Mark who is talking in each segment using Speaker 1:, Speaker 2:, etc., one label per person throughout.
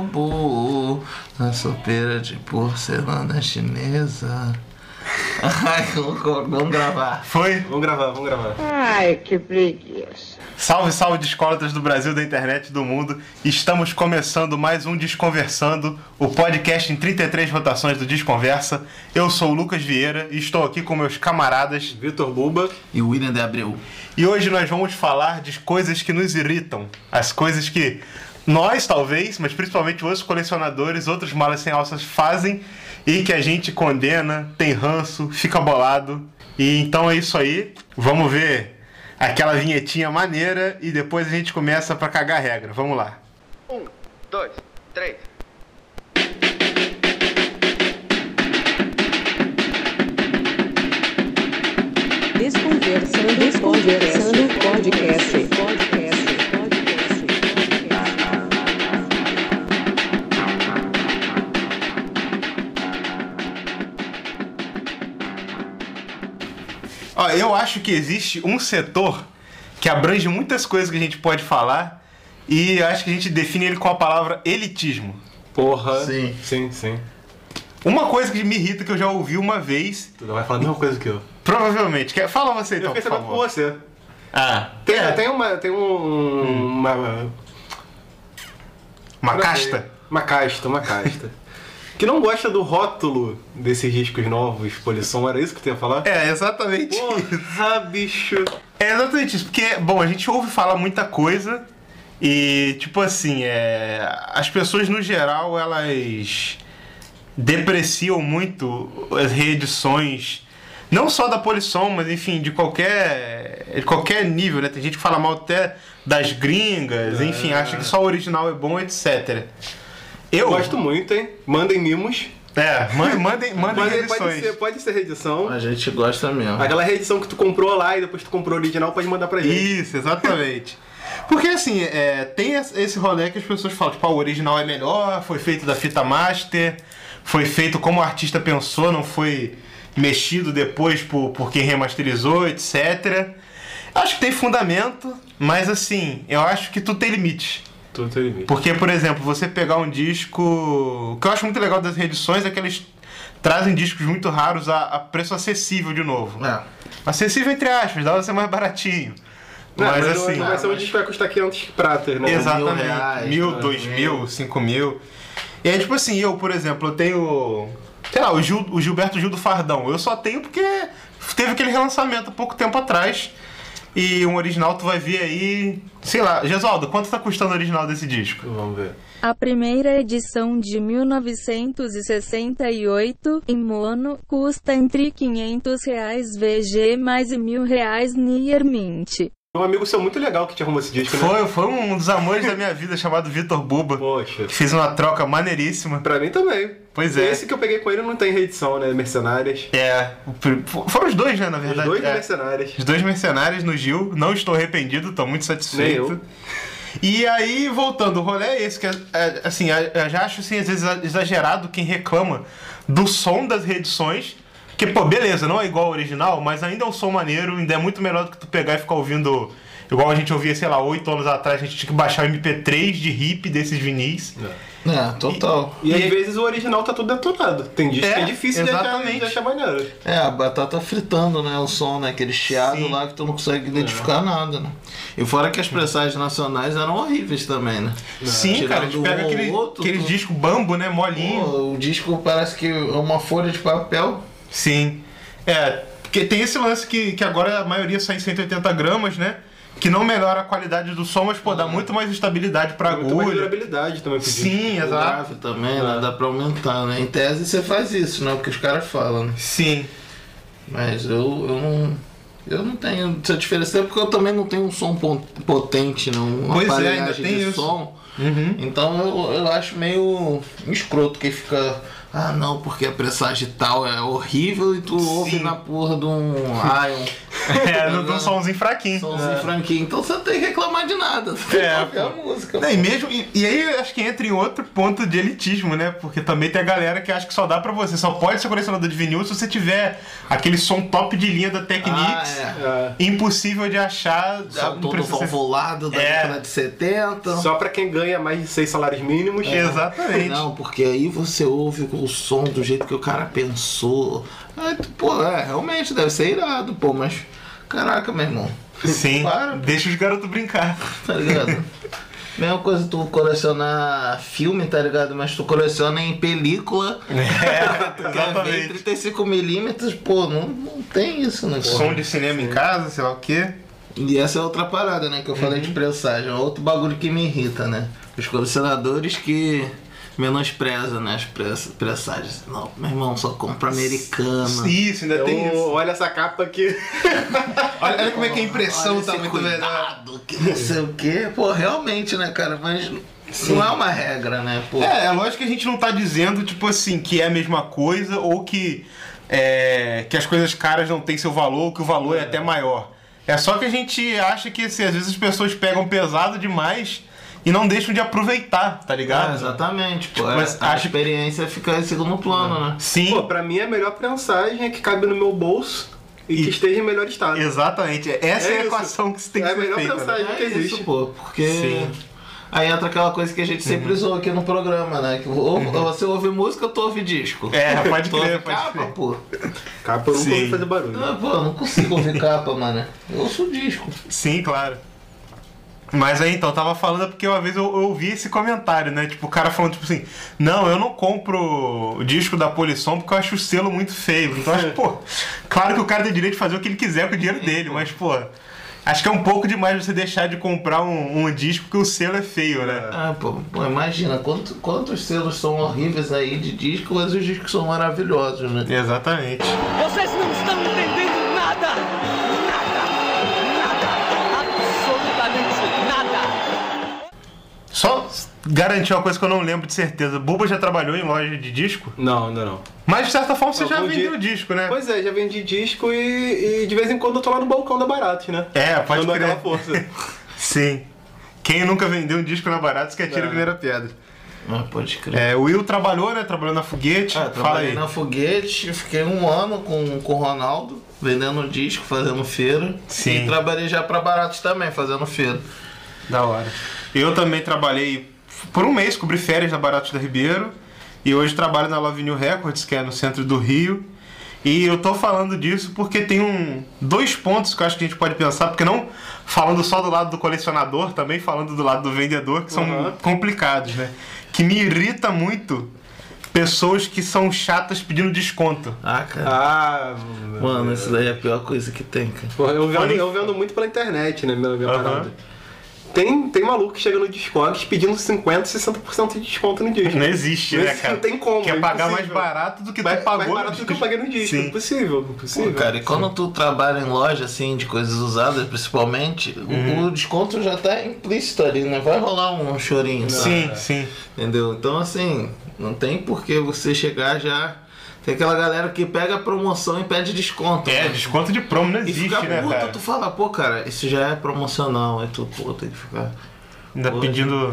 Speaker 1: lobo na sopeira de porcelana chinesa. Ai, vamos- vamos gravar.
Speaker 2: Foi?
Speaker 3: Vamos gravar, vamos gravar.
Speaker 4: Ai, que preguiça.
Speaker 2: Salve, salve descolatras do Brasil, da internet, do mundo. Estamos começando mais um Desconversando, o podcast em 33 rotações do Desconversa. Eu sou o Lucas Vieira e estou aqui com meus camaradas.
Speaker 3: Vitor Buba,
Speaker 1: E o William de Abreu.
Speaker 2: E hoje nós vamos falar de coisas que nos irritam. As coisas que nós, talvez, mas principalmente outros colecionadores, outros malas sem alças fazem e que a gente condena, tem ranço, fica bolado. E então é isso aí. Vamos ver aquela vinhetinha maneira e depois a gente começa pra cagar a regra. Vamos lá.
Speaker 5: Um, dois, três.
Speaker 6: Desconversando, desconversando, podcast, podcast, podcast.
Speaker 2: Ó, eu acho que existe um setor que abrange muitas coisas que a gente pode falar e eu acho que a gente define ele com a palavra elitismo.
Speaker 3: porra.
Speaker 1: Sim.
Speaker 3: Sim, sim.
Speaker 2: Uma coisa que me irrita que eu já ouvi uma vez,
Speaker 3: Tu vai falar a mesma coisa que eu.
Speaker 2: provavelmente. Quer... Fala você então,
Speaker 3: eu
Speaker 2: por
Speaker 3: fiquei sabendo
Speaker 2: favor.
Speaker 3: com você.
Speaker 2: Ah,
Speaker 3: Tem, tem uma. Tem um.
Speaker 2: Hum.
Speaker 3: Uma.
Speaker 2: uma casta?
Speaker 3: Uma casta, uma casta. que não gosta do rótulo desses discos novos, Polisson, era isso que tu ia falar?
Speaker 2: É, exatamente.
Speaker 3: Porra, bicho.
Speaker 2: É exatamente isso, porque, bom, a gente ouve falar muita coisa e, tipo assim, é, as pessoas no geral elas depreciam muito as reedições, não só da Polisson, mas enfim, de qualquer, de qualquer nível, né? Tem gente que fala mal até das gringas, enfim, acha que só o original é bom, etc. Eu.
Speaker 3: Eu gosto muito, hein? Mandem mimos.
Speaker 2: É, man- mandem, mandem
Speaker 3: Mandem- pode,
Speaker 2: reedições.
Speaker 3: ser, pode ser reedição.
Speaker 1: A gente gosta mesmo.
Speaker 3: Aquela reedição que tu comprou lá e depois tu comprou original, pode mandar pra gente.
Speaker 2: Isso, exatamente. Porque assim, é, tem es- esse rolê que as pessoas falam, tipo, ah, o original é melhor, foi feito da fita master, foi feito como o artista pensou, não foi mexido depois por, por quem remasterizou, etc. Eu acho que tem fundamento, mas assim, eu acho que tudo tem limite.
Speaker 3: Tudo tem limite.
Speaker 2: Porque, por exemplo, você pegar um disco. O que eu acho muito legal das reedições é que eles trazem discos muito raros a, a preço acessível de novo.
Speaker 1: É.
Speaker 2: Acessível entre aspas, dá pra ser mais baratinho.
Speaker 3: Não,
Speaker 2: mas,
Speaker 3: mas
Speaker 2: assim.
Speaker 3: não vai ser um né? disco que vai custar 500 pratas, né?
Speaker 2: Exatamente.
Speaker 1: Mil reais,
Speaker 2: mil,
Speaker 1: dois
Speaker 2: dois
Speaker 1: mil.
Speaker 2: mil, cinco mil. E é tipo assim, eu, por exemplo, eu tenho. Sei lá, o, Gil- o Gilberto Gil do Fardão. Eu só tenho porque teve aquele relançamento há pouco tempo atrás. E um original tu vai ver aí. Sei lá, Gesualdo, quanto tá custando o original desse disco?
Speaker 3: Vamos ver.
Speaker 7: A primeira edição de 1968, em mono, custa entre 500 reais VG mais e mil reais Nier Mint.
Speaker 3: Um amigo seu muito legal que te arrumou esse disco, né?
Speaker 2: Foi, foi um dos amores da minha vida chamado Vitor Buba.
Speaker 3: Poxa.
Speaker 2: Fiz uma troca maneiríssima.
Speaker 3: Pra mim também.
Speaker 2: Pois é.
Speaker 3: Esse que eu peguei com ele não tem reedição, né? Mercenárias.
Speaker 2: É. o prim- Foram os dois, né, na
Speaker 3: Os
Speaker 2: verdade.
Speaker 3: dois
Speaker 2: é.
Speaker 3: mercenárias.
Speaker 2: Os dois mercenários no Gil, não estou arrependido, estou muito satisfeito.
Speaker 3: Nem eu.
Speaker 2: E aí, voltando, o rolê é esse, que é, é, assim, é, eu já acho assim, às vezes exagerado quem reclama do som das reedições. Que, pô, beleza, não é igual ao original, mas ainda é um som maneiro, ainda é muito melhor do que tu pegar e ficar ouvindo. Igual a gente ouvia, sei lá, oito anos atrás, a gente tinha que baixar o MP3 de hip desses vinis.
Speaker 1: É, total.
Speaker 3: E, às
Speaker 2: E-
Speaker 3: vezes o original tá tudo detonado. Tem disco
Speaker 2: É,
Speaker 3: que é difícil de achar,
Speaker 2: exatamente.
Speaker 3: de achar maneiro.
Speaker 1: É, a batata fritando, né? O som, né? Aquele chiado
Speaker 2: Sim. É.
Speaker 1: lá que tu não consegue identificar nada, né? E fora que as presságios nacionais eram horríveis também, né?
Speaker 2: Sim, cara, a gente
Speaker 1: Tirando
Speaker 2: pega
Speaker 1: um ou
Speaker 2: aquele,
Speaker 1: outro,
Speaker 2: aquele
Speaker 1: tu-
Speaker 2: disco bambo, né, molinho.
Speaker 1: Pô, o disco parece que é uma folha de papel.
Speaker 2: Sim. É, porque tem esse lance que, que agora a maioria sai em 180 gramas, né? Que não melhora a qualidade do som, mas pô, dá muito mais estabilidade pra
Speaker 3: Tem muito mais
Speaker 2: agulha.
Speaker 3: durabilidade também pro disco.
Speaker 2: Sim,
Speaker 1: O
Speaker 2: exato. É.
Speaker 1: grave também, né? Dá pra aumentar, né? Em tese você faz isso, né? Porque os caras falam, né?
Speaker 2: Sim.
Speaker 1: Mas eu, eu não. Eu não tenho essa diferença, até porque eu também não tenho um som pon- potente, não. Uma
Speaker 2: Pois é,
Speaker 1: aparelhagem
Speaker 2: ainda tem
Speaker 1: de
Speaker 2: isso.
Speaker 1: som.
Speaker 2: Uhum.
Speaker 1: Então eu, eu acho meio escroto quem fica. Ah não, porque a pressagem tal é horrível e tu ouve na porra de um Ion
Speaker 2: É, não dou somzinho fraquinho.
Speaker 1: um Somzinho franquinho, então você não tem que reclamar de nada. Você
Speaker 2: É,
Speaker 1: tem que ouvir a música.
Speaker 2: Não, e, mesmo, e, e aí acho que entra em outro ponto de elitismo, né? Porque também tem a galera que acha que só dá pra você, só pode ser colecionador de vinil se você tiver aquele som top de linha da Technics,
Speaker 1: Ah,
Speaker 3: É.
Speaker 2: impossível de achar. ah,
Speaker 1: Só
Speaker 2: não
Speaker 1: todo
Speaker 2: precisa ser-
Speaker 1: valvulado da
Speaker 2: É.
Speaker 1: década de 70.
Speaker 3: Só pra quem ganha mais de seis salários mínimos.
Speaker 2: É. Exatamente.
Speaker 1: Não, porque aí você ouve o som do jeito que o cara pensou. Aí tu, pô, é, realmente deve ser irado, pô, mas. Caraca, meu irmão,
Speaker 2: Sim,
Speaker 1: Claro.
Speaker 2: deixa os garotos brincar.
Speaker 1: tá ligado? Mesma coisa tu colecionar filme, tá ligado? Mas tu coleciona em película.
Speaker 2: É, exatamente.
Speaker 1: 35mm, pô, não, não tem isso, né?
Speaker 2: Som de cinema em casa, sei lá o quê.
Speaker 1: E essa é outra parada, né? Que eu falei
Speaker 2: Uhum.
Speaker 1: de prensagem. É Outro bagulho que me irrita, né? Os colecionadores que menosprezam, né? As press- prensagens. Não, meu irmão, só compra americana.
Speaker 2: Isso, ainda tem
Speaker 3: Eu-
Speaker 2: isso.
Speaker 3: Então, olha essa capa aqui.
Speaker 2: Olha, olha como é que a impressão
Speaker 1: Olha
Speaker 2: tá
Speaker 1: esse
Speaker 2: muito melhor.
Speaker 1: cuidado, que não sei o quê. Pô, realmente, né, cara? Mas não é uma regra, né? Pô,
Speaker 2: É, é lógico que a gente não tá dizendo, tipo assim, que é a mesma coisa ou que, é, que as coisas caras não têm seu valor, ou que o valor é, até maior. É só que a gente acha que, assim, às vezes as pessoas pegam pesado demais e não deixam de aproveitar, tá ligado?
Speaker 1: Ah, exatamente, pô.
Speaker 2: Mas
Speaker 1: a, a
Speaker 2: acho que-
Speaker 1: experiência fica em segundo plano, né?
Speaker 2: Sim,
Speaker 3: Pô, pra mim a melhor prensagem é que cabe no meu bolso e,
Speaker 2: E-
Speaker 3: que esteja em melhor estado.
Speaker 2: exatamente. Essa é, a
Speaker 3: isso.
Speaker 2: equação que você tem que
Speaker 3: É a
Speaker 2: ser
Speaker 3: melhor
Speaker 2: feita. né?
Speaker 3: prensagem que
Speaker 1: É
Speaker 3: existe.
Speaker 1: isso, pô, porque.
Speaker 2: Sim.
Speaker 1: Aí entra aquela coisa que a gente sempre usou aqui no programa, né? Que ou, ou você ouve música ou tu ouve disco.
Speaker 2: É, pode
Speaker 1: Tu ouve
Speaker 2: crer, pode
Speaker 1: capa,
Speaker 2: crer.
Speaker 1: pô.
Speaker 3: Capa eu não
Speaker 2: Sim.
Speaker 3: consigo fazer barulho.
Speaker 1: Ah, pô, eu não consigo ouvir capa, mano. Eu ouço disco.
Speaker 2: Sim, claro. Mas aí então, eu tava falando é porque uma vez eu, eu ouvi esse comentário, né? Tipo, o cara falando, tipo assim, não, eu não compro o disco da Polisson porque eu acho o selo muito feio. Então acho, que, pô, claro que o cara tem direito de fazer o que ele quiser com o dinheiro dele, mas, pô, acho que é um pouco demais você deixar de comprar um, um disco porque o selo é feio, né?
Speaker 1: Ah, pô, pô, imagina quanto- quantos selos são horríveis aí de disco, mas os discos são maravilhosos,
Speaker 3: É.
Speaker 1: né?
Speaker 2: Exatamente.
Speaker 8: Vocês não estão entendendo nada! Nada! Nada! Absolutamente nada!
Speaker 2: Só garantir uma coisa que eu não lembro de certeza. Buba já trabalhou em loja de disco,
Speaker 3: Não, não, não.
Speaker 2: mas de certa forma você já
Speaker 3: Algum dia-
Speaker 2: vendeu o disco, né?
Speaker 3: Pois é, já vendi disco e, e de vez em quando eu tô lá no balcão da Baratos, né?
Speaker 2: É, pode
Speaker 3: Dando
Speaker 2: crer.
Speaker 3: aquela força.
Speaker 2: Sim. Quem nunca vendeu um disco na Baratos que atira
Speaker 3: Não.
Speaker 2: a primeira pedra.
Speaker 1: Ah, pode crer.
Speaker 2: É, o Will trabalhou, né? Trabalhou na Foguete.
Speaker 1: Ah,
Speaker 2: Fala
Speaker 1: trabalhei
Speaker 2: aí.
Speaker 1: na Foguete, fiquei um ano com, com o Ronaldo, vendendo disco, fazendo feira.
Speaker 2: Sim.
Speaker 1: E trabalhei já pra Baratos também, fazendo feira.
Speaker 2: Da hora. Eu também trabalhei por um mês, cobri férias na Baratos da Ribeiro. E hoje trabalho na Love New Records, que é no centro do Rio. E eu tô falando disso porque tem um, dois pontos que eu acho que a gente pode pensar, porque não falando só do lado do colecionador, também falando do lado do vendedor, que são
Speaker 3: Uhum.
Speaker 2: complicados, né? Que me irrita muito pessoas que são chatas pedindo desconto.
Speaker 1: Ah, cara.
Speaker 3: Ah,
Speaker 1: Mano, isso daí é a pior coisa que tem, cara.
Speaker 3: Porra, eu vendo,
Speaker 2: Olha-
Speaker 3: eu vendo muito pela internet, né? Minha, minha
Speaker 2: Aham.
Speaker 3: parada. Tem, tem maluco que chega no Discogs pedindo 50, 60% de desconto no disco.
Speaker 2: Não existe, né,
Speaker 3: Não
Speaker 2: cara?
Speaker 3: tem como,
Speaker 2: Quer
Speaker 3: é
Speaker 2: pagar mais
Speaker 3: impossível.
Speaker 2: barato do que tu
Speaker 3: Vai-
Speaker 2: pagou.
Speaker 3: mais barato do que eu
Speaker 2: bicho.
Speaker 3: paguei no disco.
Speaker 2: Sim. né?
Speaker 3: Impossível, impossível.
Speaker 1: Pô, cara, e quando tu trabalha em loja, assim, de coisas usadas, principalmente, o-
Speaker 2: Uhum.
Speaker 1: o desconto já tá implícito ali, né? Vai rolar um chorinho, sabe?
Speaker 2: Sim, sim.
Speaker 1: Entendeu? Então, assim, não tem por que você chegar já... Tem aquela galera que pega a promoção e pede desconto.
Speaker 2: É,
Speaker 1: né?
Speaker 2: desconto de promo não
Speaker 1: E
Speaker 2: existe,
Speaker 1: fica
Speaker 2: né,
Speaker 1: puto,
Speaker 2: cara?
Speaker 1: tu fala, pô, cara, isso já é promocional. Aí tu, pô, tem que ficar...
Speaker 2: Ainda
Speaker 1: Pô,
Speaker 2: pedindo.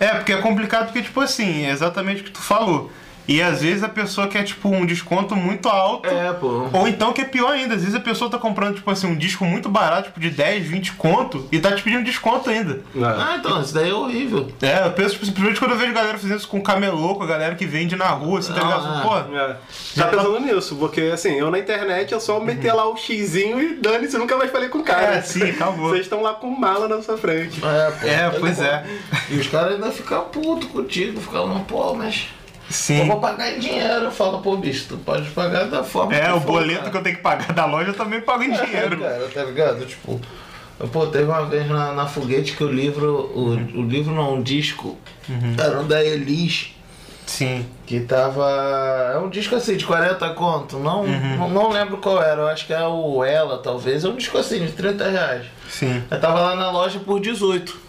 Speaker 2: É, porque é complicado porque, tipo assim, é exatamente o que tu falou. E às vezes a pessoa quer, tipo, um desconto muito alto.
Speaker 1: É, pô.
Speaker 2: Ou então que é pior ainda, às vezes a pessoa tá comprando, tipo assim, um disco muito barato, tipo, de 10, 20 conto, e tá te pedindo desconto ainda.
Speaker 3: Ah,
Speaker 1: Ah, então, isso daí é horrível.
Speaker 2: É, eu penso, tipo, simplesmente quando eu vejo galera fazendo isso com camelô, com a galera que vende na rua, assim, tá
Speaker 1: Ah,
Speaker 2: ligado?
Speaker 1: é.
Speaker 2: Pô,
Speaker 3: é. Tá pensando nisso, porque assim, eu na internet eu só meter lá o xizinho e dane-se, eu nunca mais falei com o cara.
Speaker 2: Uhum. É, sim, acabou.
Speaker 3: Vocês estão lá com mala na sua frente.
Speaker 1: É, pô.
Speaker 2: É, pois é.
Speaker 1: E os caras ainda ficam putos contigo, ficam, pô, mas...
Speaker 2: sim.
Speaker 1: Eu vou pagar em dinheiro. Eu falo, pô, bicho, tu pode pagar da forma
Speaker 2: É, o
Speaker 1: for,
Speaker 2: boleto
Speaker 1: cara.
Speaker 2: que eu tenho que pagar da loja eu também pago em dinheiro.
Speaker 1: É, cara, tá ligado? Tipo, eu, pô, teve uma vez na, na foguete que o livro, o, o livro não, um disco,
Speaker 2: Uhum.
Speaker 1: era um da Elis,
Speaker 2: Sim.
Speaker 1: que tava. É um disco assim de 40 conto, não,
Speaker 2: Uhum.
Speaker 1: não, não lembro qual era, eu acho que é o Ela, talvez, é um disco assim de 30 reais.
Speaker 2: Sim.
Speaker 1: Eu tava lá na loja por 18.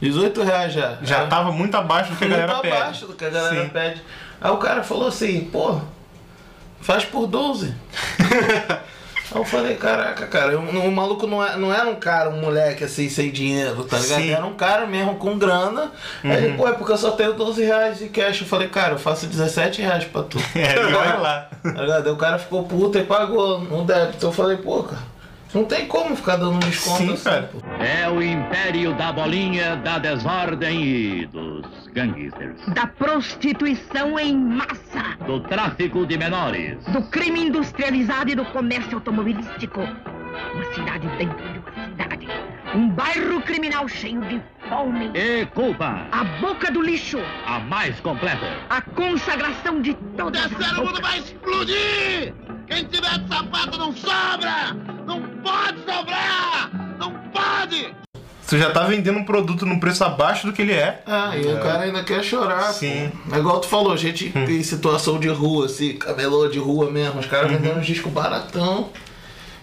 Speaker 1: 18 reais já.
Speaker 2: Já
Speaker 1: Era- um
Speaker 2: tava muito abaixo do que a galera
Speaker 1: muito
Speaker 2: pede.
Speaker 1: tá abaixo do que a galera
Speaker 2: Sim.
Speaker 1: pede. Aí o cara falou assim, pô, faz por 12. Aí eu falei, caraca, cara, eu- o maluco não, é- não era um cara, um moleque assim, sem dinheiro, tá ligado?
Speaker 2: Sim. Uhum.
Speaker 1: Era um cara mesmo com grana. Aí ele, pô, é porque eu só tenho 12 reais de cash. Eu falei, cara, eu faço 17 reais pra tu.
Speaker 2: É, ele vai lá.
Speaker 1: Tá ligado? Aí o cara ficou puto e pagou no débito. Eu falei, pô, cara, não tem como ficar dando um desconto
Speaker 2: Sim,
Speaker 1: assim,
Speaker 2: cara.
Speaker 1: pô.
Speaker 9: É o império da bolinha, da desordem e dos gangsters.
Speaker 10: Da prostituição em massa,
Speaker 9: Do tráfico de menores.
Speaker 10: do crime industrializado e do comércio automobilístico. Uma cidade dentro de uma cidade. Um bairro criminal cheio de fome.
Speaker 9: E Cuba,
Speaker 10: A boca do lixo.
Speaker 9: a mais completa.
Speaker 10: A consagração de todas as bocas.
Speaker 9: vai explodir! Quem tiver de sapato não sobra! Não pode sobrar! Não pode!
Speaker 2: Tu já tá vendendo um produto num preço abaixo do que ele é.
Speaker 1: Ah, e o cara ainda quer chorar.
Speaker 2: Sim. Hum.
Speaker 1: Pô. É igual tu falou, gente em situação de rua, assim, camelô de rua mesmo. Os caras vendendo disco baratão.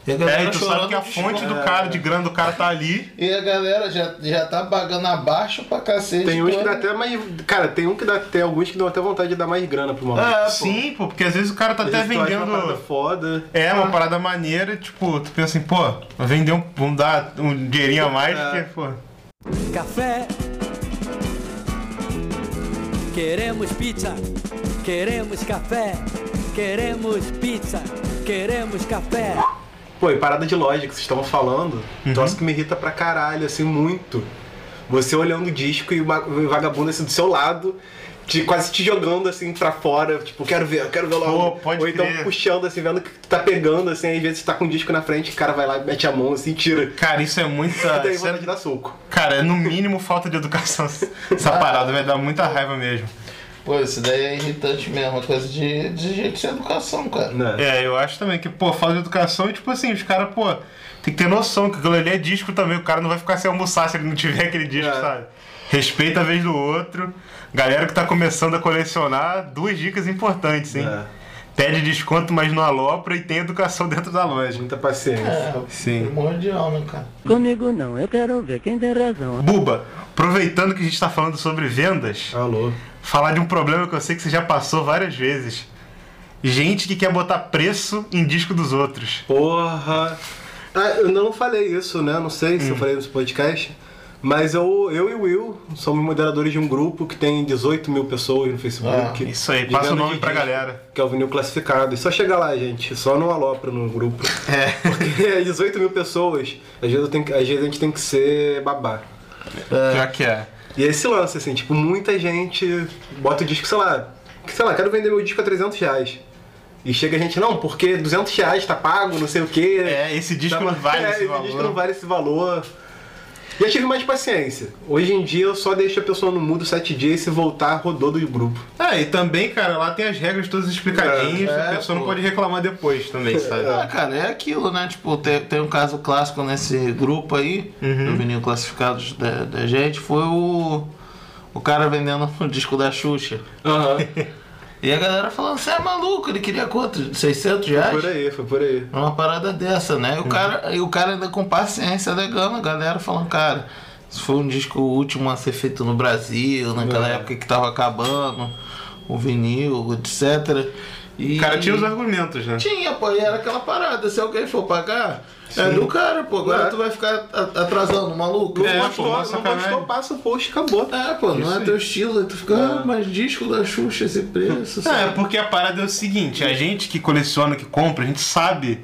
Speaker 1: E a
Speaker 2: Uhum. É,
Speaker 1: galera
Speaker 2: e tu
Speaker 1: chorando
Speaker 2: sabe que a
Speaker 1: de
Speaker 2: fonte do
Speaker 1: chorar.
Speaker 2: cara, de grana do cara tá ali.
Speaker 1: E a galera já, já tá pagando abaixo pra cacete.
Speaker 3: Tem uns que
Speaker 1: pô.
Speaker 3: dá até mais. Cara, tem um que dá até alguns que dão até vontade de dar mais grana pro maluco.
Speaker 1: É, pô.
Speaker 2: Sim, pô, porque às vezes o cara tá
Speaker 3: Às
Speaker 2: até
Speaker 3: vezes tu acha uma parada
Speaker 2: vendendo.
Speaker 3: foda.
Speaker 2: É,
Speaker 1: Ah.
Speaker 2: uma parada maneira, e, tipo, tu pensa assim, pô, vender um. Vamos dar um dinheirinho a mais,
Speaker 1: É.
Speaker 2: porque, pô.
Speaker 8: Café. Queremos pizza. Queremos café. Queremos pizza. Queremos café.
Speaker 3: Pô, e parada de loja que vocês estavam falando,
Speaker 2: Uhum.
Speaker 3: troço que me irrita pra caralho, assim, muito. Você olhando o disco e o ba- o vagabundo assim do seu lado, te, quase te jogando assim pra fora, tipo, quero ver, eu quero ver
Speaker 2: Pô,
Speaker 3: logo.
Speaker 2: pode
Speaker 3: Ou então
Speaker 2: crer.
Speaker 3: puxando, assim, vendo que tu tá pegando, assim, aí, às vezes você tá com o disco na frente, o cara vai lá e mete a mão assim e tira.
Speaker 2: Cara, isso é muita.
Speaker 3: Daí
Speaker 2: isso é-
Speaker 3: vontade de dar soco.
Speaker 2: cara, é no mínimo falta de educação essa parada, vai dar muita raiva mesmo.
Speaker 1: Pô, isso daí é irritante mesmo. É coisa de, de jeito de educação, cara.
Speaker 3: Né?
Speaker 2: É, eu acho também que, pô, falta de educação e, tipo assim, os caras, pô, tem que ter noção que aquilo ali é disco também. O cara não vai ficar sem almoçar se ele não tiver aquele disco,
Speaker 3: É.
Speaker 2: sabe? Respeita a vez do outro. Galera que tá começando a colecionar, duas dicas importantes, hein?
Speaker 3: É.
Speaker 2: Pede desconto, mas não alopra e tem educação dentro da loja.
Speaker 3: Muita paciência.
Speaker 1: É,
Speaker 2: Sim.
Speaker 1: primordial, né, cara?
Speaker 8: Comigo não, eu quero ver quem tem razão.
Speaker 2: Buba, aproveitando que a gente tá falando sobre vendas,
Speaker 3: Alô.
Speaker 2: falar de um problema que eu sei que você já passou várias vezes. Gente que quer botar preço em disco dos outros.
Speaker 3: Porra! Ah, eu ainda não falei isso, né? Não sei
Speaker 2: Hum.
Speaker 3: se eu falei nesse podcast. Mas eu, eu e o Will somos moderadores de um grupo que tem 18 mil pessoas no Facebook.
Speaker 1: Ah,
Speaker 2: isso aí.
Speaker 3: De
Speaker 2: Passa o
Speaker 3: venda
Speaker 2: nome
Speaker 3: de
Speaker 2: pra
Speaker 3: disco,
Speaker 2: galera.
Speaker 3: Que é o vinil classificado. E só chega lá, gente. Só não alopra no grupo.
Speaker 2: É.
Speaker 3: Porque é 18 mil pessoas. Às vezes, eu tenho que- às vezes a gente tem que ser babá.
Speaker 2: Já que é.
Speaker 3: E é esse lance, assim, tipo, muita gente bota o disco, sei lá, que, sei lá, quero vender meu disco a 300 reais. E chega a gente, não, porque 200 reais tá pago, não sei o quê.
Speaker 2: É, esse disco
Speaker 3: Tá-
Speaker 2: não vale
Speaker 3: é,
Speaker 2: esse valor.
Speaker 3: disco não vale esse valor. Já tive mais paciência. Hoje em dia eu só deixo a pessoa no mudo sete dias e se voltar, rodou do grupo.
Speaker 2: Ah, e também, cara, lá tem as regras todas explicadinhas,
Speaker 1: É,
Speaker 2: a
Speaker 1: é,
Speaker 2: pessoa não
Speaker 1: pô.
Speaker 2: pode reclamar depois também, sabe?
Speaker 1: Ah, cara, é aquilo, né? Tipo, tem, tem um caso clássico nesse grupo aí,
Speaker 2: Uhum.
Speaker 1: do vinil classificado da, da gente, foi o. O cara vendendo o disco da Xuxa.
Speaker 3: Aham.
Speaker 1: E a galera falando, você é maluco, ele queria quanto? 600 reais?
Speaker 3: por aí, foi por aí.
Speaker 1: Uma parada dessa, né? E
Speaker 2: Uhum.
Speaker 1: o, cara, e o cara ainda com paciência alegando, a galera falando, cara, isso foi um disco último a ser feito no Brasil, naquela
Speaker 2: É.
Speaker 1: época que tava acabando, o vinil, etc. E...
Speaker 2: O cara tinha os argumentos, né?
Speaker 1: Tinha, pô, e era aquela parada, se alguém for pagar, é do cara, pô, agora
Speaker 3: É.
Speaker 1: tu vai ficar a- atrasando, maluco.
Speaker 2: É,
Speaker 3: não
Speaker 2: pô,
Speaker 3: gostou,
Speaker 2: nossa,
Speaker 3: não
Speaker 2: caralho.
Speaker 3: gostou, passa o post, acabou. tá?
Speaker 1: É, pô, não
Speaker 2: Isso
Speaker 1: é
Speaker 2: aí.
Speaker 1: teu estilo, aí tu fica, ah, mas disco da Xuxa esse preço,
Speaker 2: Ah, é
Speaker 1: sabe?
Speaker 2: porque a parada é o seguinte, a gente que coleciona, que compra, a gente sabe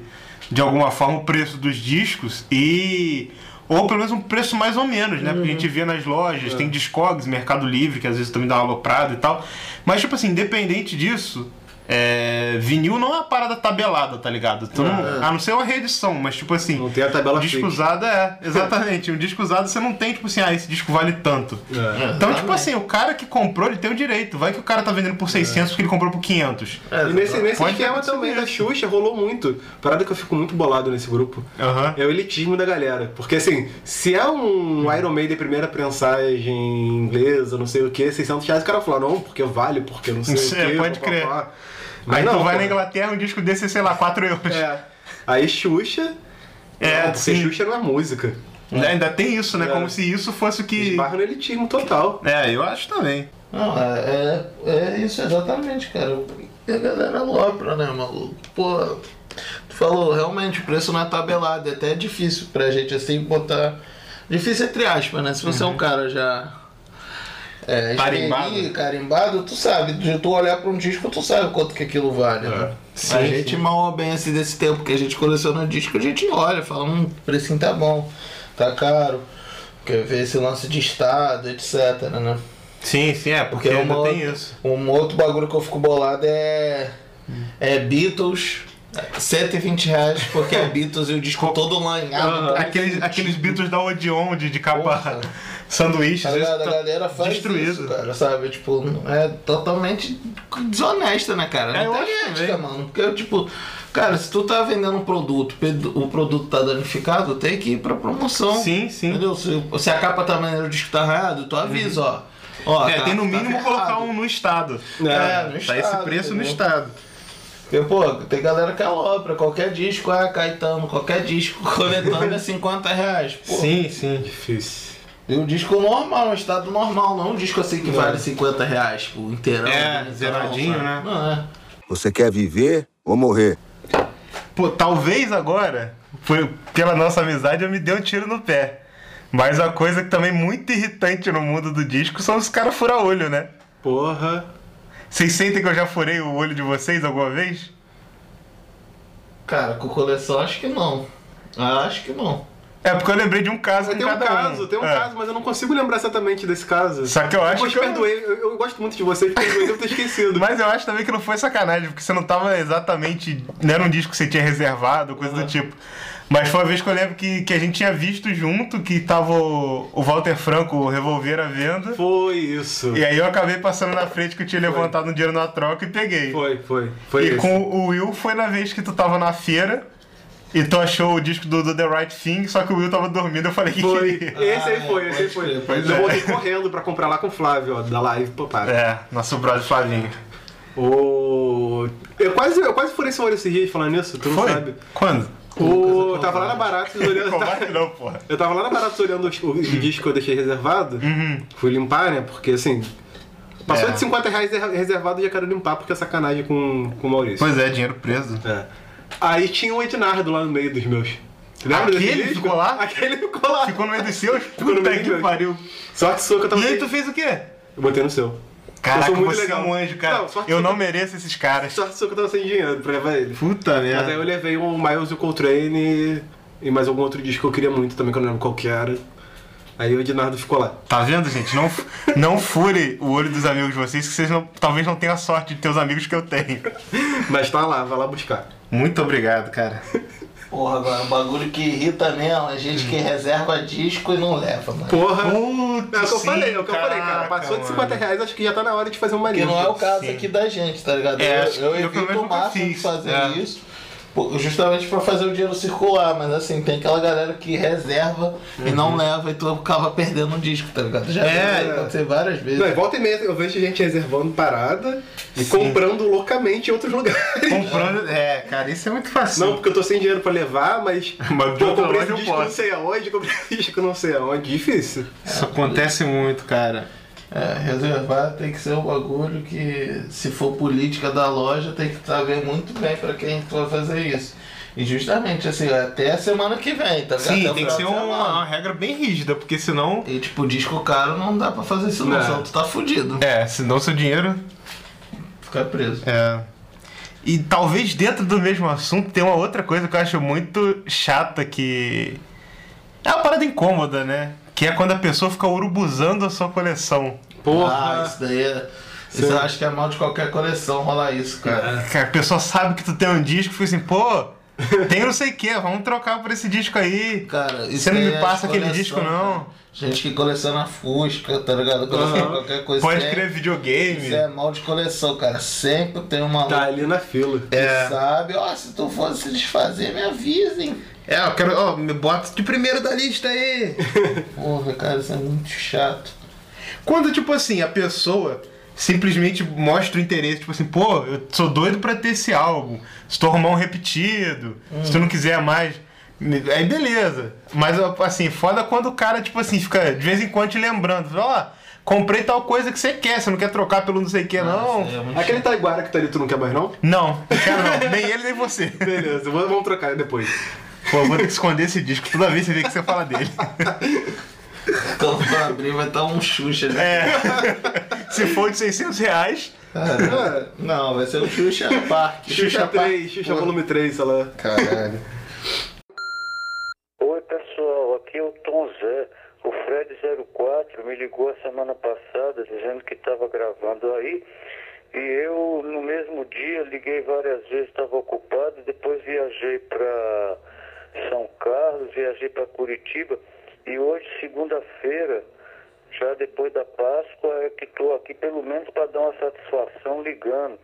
Speaker 2: de alguma forma o preço dos discos e. Ou pelo menos um preço mais ou menos, né? Porque a gente vê nas lojas,
Speaker 3: É.
Speaker 2: tem Discogs, Mercado Livre, que às vezes também dá uma aloprada e tal. Mas, tipo assim, independente disso, é, vinil não é uma parada tabelada, tá ligado? Tu não- A não ser uma reedição, mas tipo assim.
Speaker 3: É. Não tem a tabela
Speaker 2: Disco
Speaker 3: fixa.
Speaker 2: usado é, exatamente. um disco usado você não tem, tipo assim, ah, esse disco vale tanto.
Speaker 3: É.
Speaker 2: Então, tipo assim, o cara que comprou, ele tem o direito. Vai que o cara tá vendendo
Speaker 1: É.
Speaker 2: por 600 porque ele comprou por 500.
Speaker 3: E nesse, nesse
Speaker 2: Pode
Speaker 3: esquema
Speaker 2: acontecer
Speaker 3: também
Speaker 2: isso.
Speaker 3: da Xuxa rolou muito. Parada que eu fico muito bolado nesse grupo.
Speaker 2: Aham.
Speaker 3: É o elitismo da galera. Porque assim, se é um Iron Maiden primeira prensagem inglesa, não sei o que, 600 reais, o cara fala, não, porque vale, porque não sei
Speaker 2: Isso
Speaker 3: o
Speaker 2: é,
Speaker 3: quê.
Speaker 2: pode
Speaker 3: pá,
Speaker 2: crer.
Speaker 3: pá, pá.
Speaker 2: Aí tu vai
Speaker 3: pô.
Speaker 2: na Inglaterra, um disco desse é, sei lá, 4 euros.
Speaker 3: É. Aí Xuxa.
Speaker 2: É,
Speaker 3: não, porque
Speaker 2: sim.
Speaker 3: Xuxa não é música.
Speaker 2: Né? Ainda tem isso, né?
Speaker 3: É.
Speaker 2: Como se isso fosse o que.
Speaker 3: Esbarra no elitismo total.
Speaker 2: É, eu acho também.
Speaker 1: Não, é, é, é isso exatamente, cara. E a galera lopra, né, maluco? Pô, tu falou, realmente o preço não é tabelado, é até difícil pra gente assim botar. Difícil entre aspas, né? Se você
Speaker 2: Uhum.
Speaker 1: é um cara já. É,
Speaker 2: Tarimbado.
Speaker 1: experi- carimbado, tu sabe. De tu olhar pra um disco, tu sabe quanto que aquilo vale. né?
Speaker 2: É. Sim,
Speaker 1: a
Speaker 2: sim.
Speaker 1: gente mal ou bem assim desse tempo que a gente coleciona o disco, a gente olha, fala, hum, o precinho tá bom, tá caro. Quer ver esse lance de estado, etc, né?
Speaker 2: Sim, sim, é, porque,
Speaker 1: Porque
Speaker 2: ainda
Speaker 1: uma-
Speaker 2: tem isso.
Speaker 1: Um outro bagulho que eu fico bolado é. É Beatles. 120 reais, porque é Beatles e o disco todo lanhado. tá
Speaker 2: Aqueles, aqueles Beatles da Odeon de, de capa sanduíche, às vezes
Speaker 1: ligado? a
Speaker 2: tá
Speaker 1: galera faz
Speaker 2: destruído.
Speaker 1: isso, cara, sabe? Tipo, é totalmente desonesta, né, cara? Não
Speaker 2: É, eu
Speaker 1: tem
Speaker 2: acho
Speaker 1: ética,
Speaker 2: também.
Speaker 1: mano. Porque, tipo, cara, se tu tá vendendo um produto, pedo- o produto tá danificado, tem que ir pra promoção.
Speaker 2: Sim, sim.
Speaker 1: Entendeu? Se, se a capa tá maneira, o disco tá arranhado, tu avisa, ó. Ó,
Speaker 2: É,
Speaker 1: tá-
Speaker 2: tem no
Speaker 1: tá
Speaker 2: mínimo
Speaker 1: ferrado.
Speaker 2: colocar um no estado.
Speaker 1: É,
Speaker 2: Tá-
Speaker 1: no
Speaker 2: tá
Speaker 1: estado,
Speaker 2: esse preço no
Speaker 1: entendeu?
Speaker 2: estado.
Speaker 1: Porque, pô, tem galera que alopra, qualquer disco, ah, Caetano, qualquer disco, coletando é 50 reais, pô.
Speaker 2: Sim, sim.
Speaker 3: Difícil.
Speaker 1: E um disco normal, um estado normal, não um disco assim que vale 50 reais, pô, inteirão.
Speaker 2: É,
Speaker 1: bonitão,
Speaker 2: zeradinho,
Speaker 1: sabe?
Speaker 2: né?
Speaker 1: Não é.
Speaker 11: Você quer viver ou morrer?
Speaker 2: Pô, talvez agora, foi pela nossa amizade, eu me dei um tiro no pé. Mas a coisa que também é muito irritante no mundo do disco são os caras fura-olho, né?
Speaker 3: Porra.
Speaker 2: Vocês sentem que eu já furei o olho de vocês alguma vez?
Speaker 1: Cara, com coleção acho que não. Ah, Acho que não.
Speaker 2: É porque eu lembrei de um caso com
Speaker 3: Tem um
Speaker 2: cada
Speaker 3: caso, tem um
Speaker 2: É.
Speaker 3: caso, mas eu não consigo lembrar exatamente desse caso.
Speaker 2: Só que eu acho
Speaker 3: Mas
Speaker 2: que eu-
Speaker 3: perdoei, eu, eu gosto muito de vocês, perdoei devo ter esquecido.
Speaker 2: Mas eu acho também que não foi sacanagem, porque você não tava exatamente. Não era um disco que você tinha reservado, coisa do tipo. Mas foi uma vez que eu lembro que, que a gente tinha visto junto, que tava o, o Walter Franco, o Revolver à venda.
Speaker 3: Foi isso.
Speaker 2: E aí eu acabei passando na frente que eu tinha levantado um dinheiro na troca e peguei.
Speaker 3: Foi, foi. Foi
Speaker 2: e
Speaker 3: esse.
Speaker 2: com o Will foi na vez que tu tava na feira e tu achou o disco do, do The Right Thing, só que o Will tava dormindo, eu falei que
Speaker 3: Foi.
Speaker 2: queria.
Speaker 3: Esse
Speaker 1: Ah,
Speaker 3: aí foi, esse aí
Speaker 1: pode
Speaker 3: foi.
Speaker 1: crer, pois
Speaker 3: eu
Speaker 2: é.
Speaker 3: voltei correndo pra comprar lá com o Flávio, ó, da live, pô, para.
Speaker 2: É, nosso brother Flavinho.
Speaker 3: O... Eu quase, eu quase furei seu olho esses dias falando isso, tu não
Speaker 2: Foi?
Speaker 3: sabe. tá-
Speaker 2: Quando?
Speaker 3: O... Eu tava lá na Baratos olhando.
Speaker 2: Covarde não, porra.
Speaker 3: Eu tava lá na Baratos olhando os-
Speaker 2: Uhum.
Speaker 3: o disco que eu deixei reservado. Fui limpar, né? Porque assim. Passou
Speaker 2: É.
Speaker 3: de 50 reais reservado, eu já quero limpar porque é sacanagem com, com o Maurício.
Speaker 2: Pois é, dinheiro preso.
Speaker 3: É. Aí tinha o Ednardo lá no meio dos meus. Lembra desse
Speaker 2: Aquele
Speaker 3: disco?
Speaker 2: ficou lá?
Speaker 3: Aquele ficou lá.
Speaker 2: Ficou no meio dos seus?
Speaker 3: Ficou no meio
Speaker 2: Puta
Speaker 3: dos
Speaker 2: que
Speaker 3: meus.
Speaker 2: pariu.
Speaker 3: Sorte sua que eu tava.
Speaker 2: E aí tu fez o quê?
Speaker 3: Eu botei no seu.
Speaker 2: Caraca,
Speaker 3: sou muito
Speaker 2: você
Speaker 3: legal.
Speaker 2: é um anjo, cara.
Speaker 3: Não, só-
Speaker 2: eu não mereço esses caras.
Speaker 3: Sorte sua que eu tava sem dinheiro pra levar ele.
Speaker 2: Puta
Speaker 3: Mas aí eu levei o Miles e o Coltrane e mais algum outro disco que eu queria muito também, que eu não lembro qual que era. Aí o Ednardo ficou lá.
Speaker 2: Tá vendo, gente? Não, não fure o olho dos amigos de vocês, que vocês não- talvez não tenham a sorte de ter os amigos que eu tenho.
Speaker 3: Mas tá lá, vai lá buscar.
Speaker 2: Muito obrigado, cara.
Speaker 1: Porra, agora, um bagulho que irrita mesmo, é gente que reserva disco e não leva, mano.
Speaker 2: Puta,
Speaker 3: Porra! é o que eu
Speaker 2: sim,
Speaker 3: falei, é o que eu falei, cara.
Speaker 2: caraca,
Speaker 3: Passou de 50
Speaker 2: mano.
Speaker 3: reais, acho que já tá na hora de fazer uma
Speaker 1: Que
Speaker 3: limpa.
Speaker 1: não é o caso
Speaker 2: Sim.
Speaker 1: aqui da gente, tá ligado?
Speaker 2: É,
Speaker 1: eu,
Speaker 2: acho que
Speaker 1: eu
Speaker 2: eu, pelo
Speaker 1: evito
Speaker 2: menos,
Speaker 1: o
Speaker 2: nunca
Speaker 1: máximo de
Speaker 2: fiz,
Speaker 1: fazer
Speaker 2: é.
Speaker 1: isso. pô, Justamente pra fazer o dinheiro circular, mas assim, tem aquela galera que reserva e não leva e tu acaba perdendo um disco, tá ligado? Já
Speaker 2: Uhum. É.
Speaker 1: vi acontecer várias vezes.
Speaker 3: Não, e volta e meia eu vejo gente reservando parada e comprando loucamente em outros lugares.
Speaker 2: Comprando. É, cara, isso é muito fácil.
Speaker 3: Não, porque eu tô sem dinheiro pra levar, mas.
Speaker 2: Mas de
Speaker 3: pô,
Speaker 2: outra
Speaker 3: comprei
Speaker 2: loja
Speaker 3: esse
Speaker 2: eu
Speaker 3: disco
Speaker 2: posso.
Speaker 3: não sei aonde, comprei esse disco não sei aonde. Difícil.
Speaker 2: Isso acontece muito, cara.
Speaker 1: É, reservar tem que ser um bagulho que, se for política da loja, tem que saber muito bem pra quem tu vai fazer isso. E justamente assim, até a semana que vem, tá ligado? Até
Speaker 2: Sim,
Speaker 1: o
Speaker 2: tem que
Speaker 1: final
Speaker 2: ser
Speaker 1: de
Speaker 2: uma,
Speaker 1: semana.
Speaker 2: uma regra bem rígida, porque senão.
Speaker 1: E tipo, disco caro não dá pra fazer isso não,
Speaker 3: Não.
Speaker 1: senão tu tá fudido.
Speaker 2: É, senão seu dinheiro.
Speaker 1: Ficar preso.
Speaker 2: É. E talvez dentro do mesmo assunto tem uma outra coisa que eu acho muito chata que. É uma parada incômoda, né? Que é quando a pessoa fica urubuzando a sua coleção.
Speaker 1: Ah, isso daí é. Isso eu acho que é mal de qualquer coleção rolar isso, cara.
Speaker 2: Cara, a pessoa sabe que tu tem um disco e fica assim, pô, tem não sei o que, vamos trocar por esse disco aí.
Speaker 1: Cara, isso
Speaker 2: Você não
Speaker 1: daí
Speaker 2: me
Speaker 1: é de
Speaker 2: passa aquele
Speaker 1: coleção,
Speaker 2: disco, não.
Speaker 1: cara. Gente que coleciona Fusca, tá ligado? Coleciona qualquer coisa.
Speaker 2: Pode
Speaker 1: Sempre-
Speaker 2: escrever videogame.
Speaker 1: Isso é mal de coleção, cara. Sempre tem uma
Speaker 3: Tá ali na fila.
Speaker 1: que sabe. Ó, se tu fosse se desfazer, me avisem.
Speaker 2: É, eu quero. Ó, me bota de primeiro da lista aí.
Speaker 1: Porra, cara, isso é muito chato.
Speaker 2: Quando, tipo assim, a pessoa simplesmente mostra o interesse, tipo assim, pô, eu sou doido pra ter esse álbum. Se tu arrumar um repetido, se tu não quiser mais. me- Aí beleza. Mas assim, foda quando o cara, tipo assim, fica de vez em quando te lembrando. Fala, Ó, comprei tal coisa que você quer, você não quer trocar pelo não sei
Speaker 1: Ah,
Speaker 2: o que, não.
Speaker 3: Aquele Taiguara que tá ali, tu não quer mais, não?
Speaker 2: Não, não quero não. Nem ele, nem você.
Speaker 3: Beleza, vamos vamos trocar depois.
Speaker 2: Pô, eu vou ter que esconder esse disco toda vez que você vê que você fala dele.
Speaker 1: Quando eu abrir, vai estar um Xuxa. Né?
Speaker 2: É. Se for de 600 reais.
Speaker 1: Cara,
Speaker 2: É.
Speaker 1: não, vai ser um Xuxa Park.
Speaker 3: Xuxa
Speaker 1: Park.
Speaker 3: 3, Xuxa
Speaker 1: Pô,
Speaker 3: volume 3, sei lá.
Speaker 1: Caralho.
Speaker 12: Oi pessoal, aqui é o Tom Zé. O Fred04 me ligou a semana passada dizendo que estava gravando aí. E eu, no mesmo dia, liguei várias vezes, estava ocupado. Depois viajei para São Carlos, viajei para Curitiba. E hoje, segunda-feira, já depois da Páscoa, é que estou aqui pelo menos para dar uma satisfação ligando.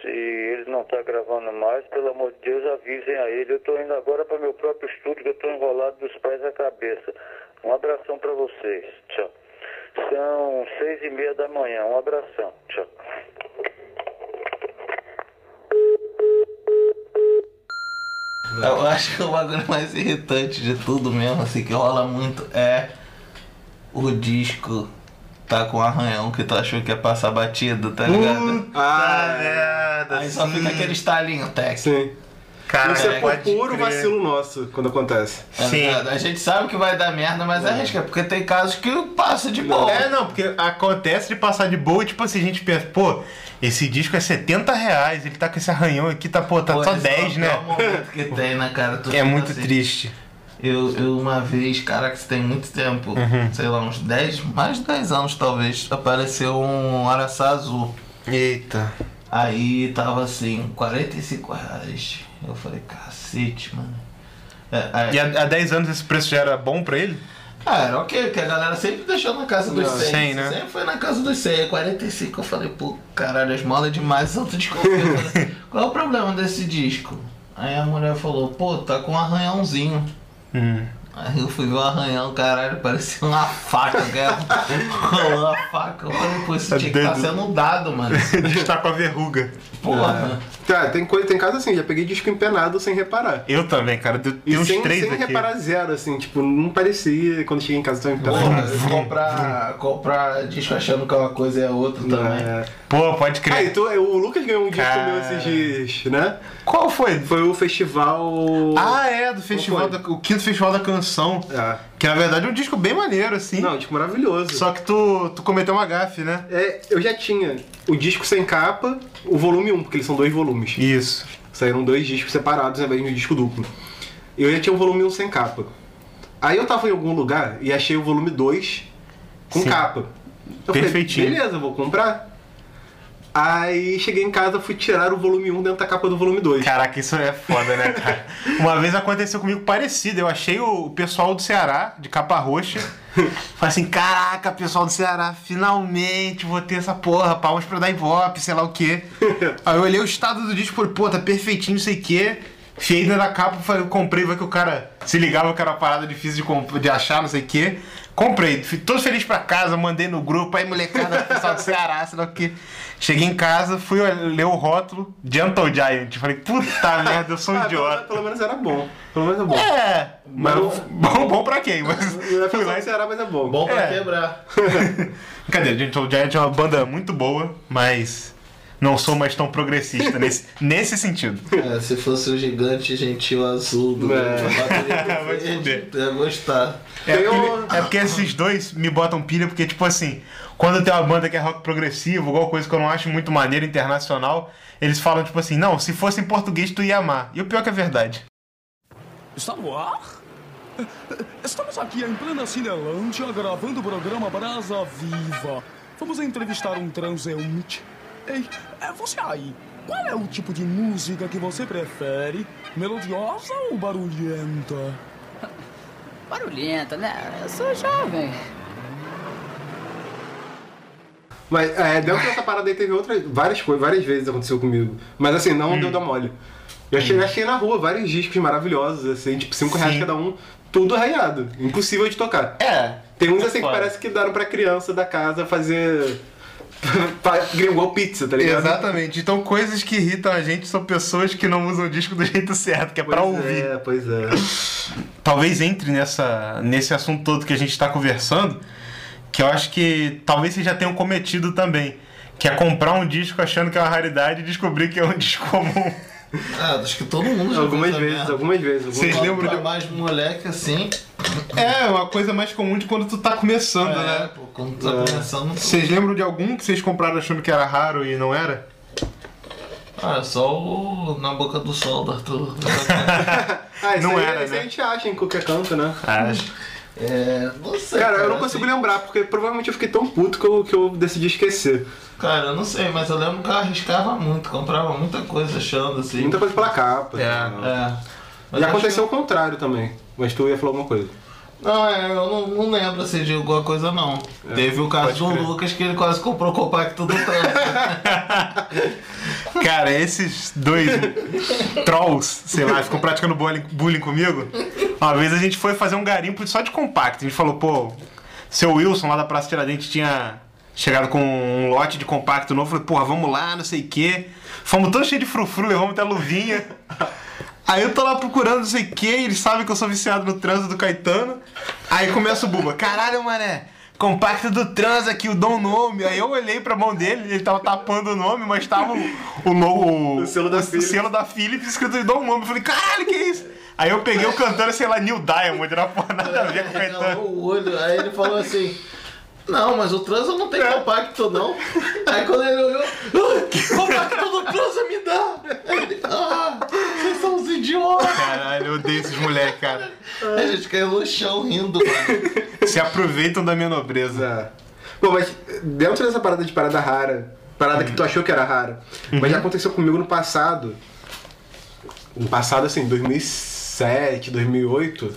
Speaker 12: Se ele não está gravando mais, pelo amor de Deus, avisem a ele. Eu estou indo agora para meu próprio estúdio, que eu estou enrolado dos pés à cabeça. Um abração para vocês. Tchau. São seis e meia da manhã. Um abração. Tchau.
Speaker 1: Eu acho que o bagulho mais irritante de tudo mesmo, assim, que rola muito, é o disco tá com um arranhão que tu achou que ia passar batido, tá ligado?
Speaker 3: Ah,
Speaker 2: merda.
Speaker 1: Aí só fica aquele estalinho técnico.
Speaker 3: Sim.
Speaker 1: É, Cara,
Speaker 3: Isso é
Speaker 1: pode
Speaker 3: puro
Speaker 1: crer.
Speaker 3: vacilo nosso quando acontece.
Speaker 1: tá
Speaker 2: É,
Speaker 1: ligado? A gente sabe que vai dar merda, mas é arrisca, porque tem casos que passa de boa.
Speaker 2: É, não, porque acontece de passar de boa e tipo assim, a gente pensa, pô, esse disco é 70 reais, ele tá com esse arranhão aqui, tá, pô, tá só
Speaker 1: esse é o
Speaker 2: 10, né?
Speaker 1: pior momento que tem, né, cara? Tu
Speaker 2: É
Speaker 1: fica
Speaker 2: muito
Speaker 1: assim.
Speaker 2: triste.
Speaker 1: Eu, eu uma vez, caraca, isso tem muito tempo,
Speaker 2: Uhum.
Speaker 1: sei lá, uns 10, mais de 10 anos talvez, apareceu um araçá azul.
Speaker 2: Eita.
Speaker 1: Aí tava assim, 45 reais. Eu falei, cacete, mano. É, é.
Speaker 2: E há, há 10 anos esse preço já era bom pra ele?
Speaker 1: Ah, era ok, porque a galera sempre deixou na casa dos
Speaker 2: Não,
Speaker 1: 100.
Speaker 2: cem, né?
Speaker 1: Sempre foi na casa dos É 100. Aí 45 eu falei, pô, caralho, as molas demais, eu tô desconfiando. Eu falei, Qual é o problema desse disco? Aí a mulher falou, pô, tá com um arranhãozinho.
Speaker 2: Hum.
Speaker 1: Aí eu fui ver o arranhão, caralho, parecia uma faca, cara. Rolou a faca. Eu falei, pô,
Speaker 2: É
Speaker 1: isso tinha que estar
Speaker 3: Dedo.
Speaker 1: sendo um dado, mano.
Speaker 2: tá com a verruga.
Speaker 1: Porra.
Speaker 3: Tá, tem, coisa, tem caso assim, já peguei disco empenado sem reparar.
Speaker 2: Eu também, cara, tem
Speaker 3: E
Speaker 2: tem uns
Speaker 3: sem,
Speaker 2: três
Speaker 3: sem
Speaker 2: aqui.
Speaker 3: reparar zero, assim, tipo, não parecia quando cheguei em casa tão empenado.
Speaker 1: Porra, comprar, comprar disco achando que uma coisa é outra também.
Speaker 2: né? Pô, pode crer.
Speaker 3: Ah, e tu- o Lucas ganhou um disco
Speaker 1: Cara.
Speaker 3: meu esses dias, né?
Speaker 2: Qual foi?
Speaker 3: Foi o festival.
Speaker 2: Ah, é, do festival
Speaker 3: foi?
Speaker 2: da, o quinto festival da canção. Que na verdade é um disco bem maneiro, assim. Não,
Speaker 3: um disco maravilhoso.
Speaker 2: Só que tu, tu cometeu uma gafe, né?
Speaker 3: É, eu já tinha o disco sem capa, o volume 1, porque eles são dois volumes.
Speaker 2: Isso.
Speaker 3: Saíram dois discos separados ao invés de um disco duplo. Eu já tinha o volume 1 sem capa. Aí eu tava em algum lugar e achei o volume 2 com
Speaker 2: Sim.
Speaker 3: capa. Eu
Speaker 2: Perfeitinho.
Speaker 3: Falei, Beleza, eu vou comprar. Aí cheguei em casa, fui tirar o volume 1 dentro da capa do volume 2.
Speaker 2: Caraca, isso é foda, né, cara? Uma vez aconteceu comigo parecido. Eu achei o o pessoal do Ceará, de capa roxa. Falei assim: caraca, pessoal do Ceará, finalmente vou ter essa porra, palmas pra dar ibope, sei lá o quê. Aí eu olhei o estado do disco e falei: pô, tá perfeitinho, não sei o quê. Fiei dentro da capa, falei, eu comprei, vai que o cara se ligava que era uma parada difícil de, comp- de achar, não sei o quê. Comprei, fui todo feliz pra casa, mandei no grupo, aí molecada, pessoal do Ceará, sei lá o quê. Cheguei em casa, fui ler o rótulo, Gentle Giant. Falei, puta merda, eu sou um idiota.
Speaker 3: Ah, Pelo menos era bom. Pelo menos é Tá bom.
Speaker 2: É, mas bom, bom, pra quem? Mas fui lá e
Speaker 3: Ceará, mas é bom.
Speaker 1: Bom pra
Speaker 2: É.
Speaker 1: quebrar.
Speaker 2: Cadê? Gentle Giant é uma banda muito boa, mas não sou mais tão progressista nesse, nesse sentido.
Speaker 1: É, se fosse o gigante gentil azul do
Speaker 2: É.
Speaker 1: Vai te fuder. Eu ia gostar.
Speaker 2: É porque, é porque esses dois me botam pilha, porque, tipo assim, quando tem uma banda que é rock progressivo, alguma coisa que eu não acho muito maneira, internacional, eles falam, tipo assim, não, se fosse em português tu ia amar. E o pior que é verdade.
Speaker 13: Está no ar? Estamos aqui em plena Cinelândia gravando o programa Brasa Viva. Vamos entrevistar um transeunte. Ei, é você aí. Qual é o tipo de música que você prefere? Melodiosa ou barulhenta?
Speaker 14: Barulhenta, né? Eu sou jovem.
Speaker 3: Mas é, dentro dessa parada aí teve outras, várias coisas, várias vezes aconteceu comigo. Mas assim, não
Speaker 1: Hum.
Speaker 3: deu da mole. Eu achei, achei na rua vários discos maravilhosos, assim, tipo 5 reais
Speaker 2: Sim.
Speaker 3: cada um, tudo arranhado, impossível de tocar.
Speaker 2: É.
Speaker 3: Tem uns assim que
Speaker 2: Foda.
Speaker 3: parece que daram pra criança da casa fazer. pra- igual pizza, tá ligado?
Speaker 2: Exatamente. Então, coisas que irritam a gente são pessoas que não usam o disco do jeito certo, que é pra
Speaker 3: Pois
Speaker 2: ouvir.
Speaker 3: É, pois é.
Speaker 2: Talvez entre nessa, nesse assunto todo que a gente tá conversando, que eu acho que talvez vocês já tenham cometido também, que é comprar um disco achando que é uma raridade e descobrir que é um disco comum.
Speaker 1: Ah, acho que todo mundo já
Speaker 3: Algumas
Speaker 1: fez essa
Speaker 3: vezes,
Speaker 1: merda.
Speaker 3: algumas vezes, algumas
Speaker 1: Vocês
Speaker 3: vezes. um-
Speaker 1: lembram de mais moleque assim?
Speaker 2: É, uma coisa mais comum de quando tu tá começando,
Speaker 1: É,
Speaker 2: né?
Speaker 1: pô, quando tu tá
Speaker 2: É.
Speaker 1: começando.
Speaker 2: Vocês lembram de algum que vocês compraram achando que era raro e não era?
Speaker 1: Ah, é só o Na Boca do Sol do Arthur.
Speaker 3: Ah, esse
Speaker 1: Não
Speaker 3: aí,
Speaker 1: era,
Speaker 3: esse
Speaker 1: né?
Speaker 3: aí a gente acha em qualquer canto, né?
Speaker 2: Acho.
Speaker 1: É, não sei. assim,
Speaker 3: Cara, eu não consigo lembrar, porque provavelmente eu fiquei tão puto que eu, que eu decidi esquecer.
Speaker 1: Cara, eu não sei, mas eu lembro que eu arriscava muito, comprava muita coisa achando assim.
Speaker 3: Muita coisa pela capa. né?
Speaker 1: É, Mas
Speaker 3: E
Speaker 1: acho
Speaker 3: aconteceu o contrário também. Mas tu ia falar alguma coisa.
Speaker 1: Não, é, eu não, não lembro assim, de alguma coisa não.
Speaker 3: É,
Speaker 1: Teve o caso do Lucas que ele quase comprou o compacto do Trump.
Speaker 2: Cara, esses dois trolls, sei lá, ficam praticando bullying, bullying comigo. Uma vez a gente foi fazer um garimpo só de compacto. A gente falou, pô, seu Wilson lá da Praça Tiradentes tinha chegado com um lote de compacto novo. Falei, porra, vamos lá, não sei o quê. Fomos tão cheios de frufru, levamos até luvinha. Aí eu tô lá procurando, não sei o que, eles sabem que eu sou viciado no trânsito do Caetano. Aí começa o Buba, caralho, mané, compacto do trans aqui, o Dom Nome. Aí eu olhei pra mão dele, ele tava tapando o nome, mas tava o, o, logo- o selo da Philips. escrito Dom Nome. Eu falei, caralho, que isso? Aí eu peguei o cantor, sei lá, Neil Diamond, na porra, nada a ver com o Caetano.
Speaker 1: o olho, aí ele falou assim. Não, mas o Transa não
Speaker 3: É.
Speaker 1: tem compacto, não. Aí quando ele olhou, "Ah, compacto do Transa me dá. Ele, ah, vocês são uns idiotas.
Speaker 2: Caralho, eu odeio esses moleques, cara.
Speaker 1: A gente caiu no chão rindo, mano.
Speaker 2: Se aproveitam da minha nobreza.
Speaker 3: É. Bom, mas dentro dessa parada de parada rara, parada que tu achou que era rara, mas já aconteceu comigo no passado. No passado, assim, 2007, 2008.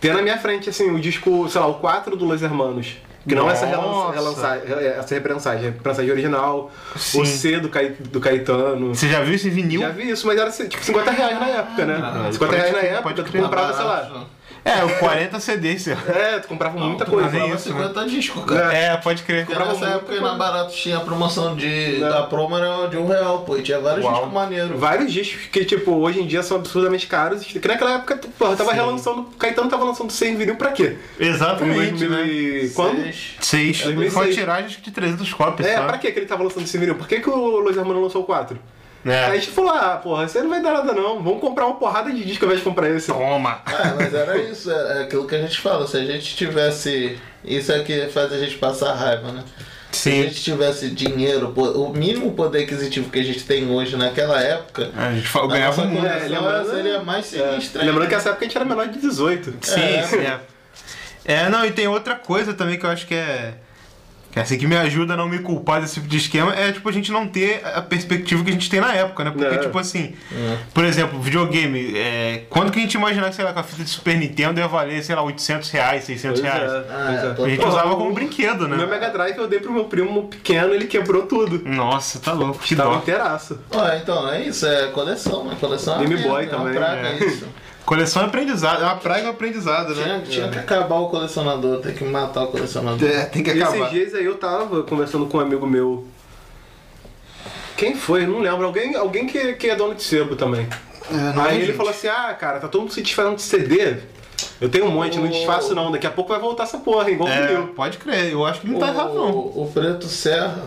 Speaker 3: Ter na minha frente, assim, o disco, sei lá, o 4 do Los Hermanos. Que não é essa relança-
Speaker 2: Nossa.
Speaker 3: relança- é essa reprensagem, é reprensagem original.
Speaker 2: Sim.
Speaker 3: O C do, Cai- do Caetano.
Speaker 2: Você já viu esse vinil?
Speaker 3: Já vi isso, mas era, assim, tipo, 50 reais na época, né?
Speaker 2: Ah,
Speaker 3: 50 reais na
Speaker 2: pode-
Speaker 3: época,
Speaker 2: pode
Speaker 3: tu
Speaker 2: crer.
Speaker 3: comprava, sei lá.
Speaker 2: É, o 40 CDs, sei lá.
Speaker 3: É, tu comprava muita
Speaker 1: tu
Speaker 3: coisa.
Speaker 1: comprava
Speaker 3: né?
Speaker 1: 50 disco, cara.
Speaker 2: É, pode crer.
Speaker 1: Porque nessa época aí na Barato tinha a promoção
Speaker 3: É.
Speaker 1: de, da promo era de um real, pô. E tinha vários
Speaker 3: Uau.
Speaker 1: discos maneiros.
Speaker 3: Vários discos que, tipo, hoje em dia são absurdamente caros. Que naquela época, tu- porra, tava
Speaker 1: Sim.
Speaker 3: relançando. Caetano tava lançando 100 vinil pra quê?
Speaker 2: Exatamente, né?
Speaker 3: Em 2000 e... Quando?
Speaker 2: Seis. Foi uma
Speaker 3: 2006.
Speaker 2: tiragem acho que, de 300 cópias,
Speaker 3: É,
Speaker 2: só.
Speaker 3: pra quê que ele tava lançando esse vinil? Por que, que o Luiz Armando lançou 4?
Speaker 2: É.
Speaker 3: Aí a gente falou, ah, porra, isso aí não vai dar nada não. Vamos comprar uma porrada de disco ao invés de comprar esse.
Speaker 2: Toma!
Speaker 1: É, mas era isso, é é aquilo que a gente fala. Se a gente tivesse. Isso é que faz a gente passar raiva, né? Se a gente tivesse dinheiro, pô, o mínimo poder aquisitivo que a gente tem hoje naquela época.
Speaker 2: A gente fala,
Speaker 1: a
Speaker 2: ganhava
Speaker 1: nossa
Speaker 2: muito.
Speaker 1: coleção seria mais sinistra.
Speaker 3: É, Lembrando que nessa época a gente era menor de 18.
Speaker 2: Sim, sim. É. É, não, e tem outra coisa também que eu acho que é. Que é assim que me ajuda a não me culpar desse tipo de esquema é, tipo, a gente não ter a perspectiva que a gente tem na época, né? Porque,
Speaker 3: É.
Speaker 2: tipo assim, por exemplo, videogame, é, quando que a gente imaginava que, sei lá, que a fita de Super Nintendo ia valer, sei lá, 800 reais, 600
Speaker 3: Pois é,
Speaker 2: reais?
Speaker 3: pois é.
Speaker 2: A gente
Speaker 3: Pô,
Speaker 2: usava
Speaker 3: o-
Speaker 2: como brinquedo, né?
Speaker 3: Meu Mega Drive eu dei pro meu primo pequeno, ele quebrou tudo.
Speaker 2: Nossa, tá louco. Que
Speaker 3: Tava
Speaker 2: dó.
Speaker 3: inteiraço.
Speaker 1: Ah, então, é isso, é coleção, né? Coleção é uma
Speaker 3: Game
Speaker 1: merda,
Speaker 3: Boy
Speaker 1: é uma
Speaker 3: também,
Speaker 1: praga,
Speaker 2: né?
Speaker 3: é.
Speaker 1: isso.
Speaker 2: Coleção é aprendizado, é uma praga é um aprendizado, né?
Speaker 1: Tinha, tinha que acabar o colecionador, tem que matar o colecionador.
Speaker 2: É, tem que
Speaker 3: E
Speaker 2: acabar.
Speaker 3: esses dias aí eu tava conversando com um amigo meu. Quem foi? Eu não lembro. Alguém, alguém que, que é dono de sebo também.
Speaker 2: não
Speaker 3: aí
Speaker 2: é,
Speaker 3: ele
Speaker 2: gente.
Speaker 3: falou assim: ah, cara, tá todo mundo se desfazendo de CD. Eu tenho um monte, não desfaço não. Daqui a pouco vai voltar essa porra, igual
Speaker 2: É,
Speaker 3: o meu.
Speaker 2: pode crer, eu acho que ele
Speaker 1: O-
Speaker 2: tá errado, não.
Speaker 1: O Preto Serra,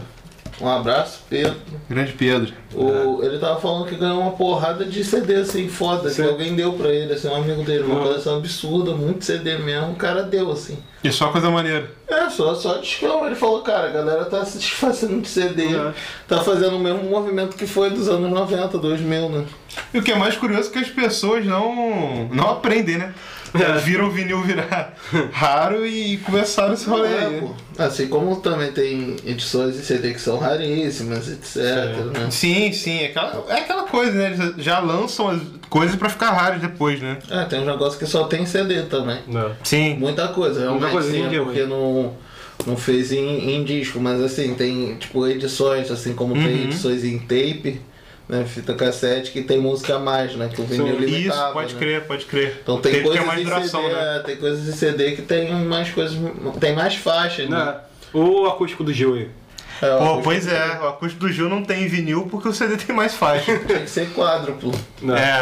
Speaker 1: um abraço, Pedro.
Speaker 2: Grande Pedro.
Speaker 1: O, Ele tava falando que ganhou uma porrada de CD assim, foda, que alguém deu pra ele, assim, um amigo dele,
Speaker 2: Uhum.
Speaker 1: uma coleção absurda, muito CD mesmo, o cara deu assim.
Speaker 2: E só coisa maneira.
Speaker 1: É, só, só discão. Ele falou, cara, a galera tá se desfazendo de CD,
Speaker 2: Uhum.
Speaker 1: tá fazendo o mesmo movimento que foi dos anos 90, 2000, né?
Speaker 2: E o que é mais curioso é que as pessoas não, não aprendem, né?
Speaker 1: É.
Speaker 2: Viram o vinil virar raro e começaram esse rolê
Speaker 1: É,
Speaker 2: aí. né?
Speaker 1: pô. Assim como também tem edições de CD que são raríssimas, etc, né?
Speaker 2: Sim, sim, é aquela, é aquela coisa, né? Eles já lançam as coisas pra ficar raras depois, né?
Speaker 1: É, tem um negócio que só tem CD também.
Speaker 2: Sim.
Speaker 1: Muita coisa, realmente.
Speaker 2: coisa
Speaker 1: sim, é
Speaker 2: em dia,
Speaker 1: porque não, não fez em, em disco, mas assim, tem tipo edições, assim como tem
Speaker 2: Uhum.
Speaker 1: edições em tape, né? Fita cassete, que tem música a mais, né? Que o vinil limitava,
Speaker 2: Isso, pode
Speaker 1: né?
Speaker 2: crer, pode crer.
Speaker 1: Então tem,
Speaker 2: que ter
Speaker 1: coisas
Speaker 2: mais
Speaker 1: em
Speaker 2: duração,
Speaker 1: CD,
Speaker 2: né?
Speaker 1: é, tem coisas em CD que tem mais coisas, tem mais faixas, né?
Speaker 3: O acústico do Gil aí.
Speaker 1: É, o
Speaker 2: Pô,
Speaker 1: acústico
Speaker 2: pois
Speaker 1: do
Speaker 2: é, o acústico do Gil não tem vinil porque o CD tem mais faixa.
Speaker 3: Né?
Speaker 1: Tem que ser quadruplo.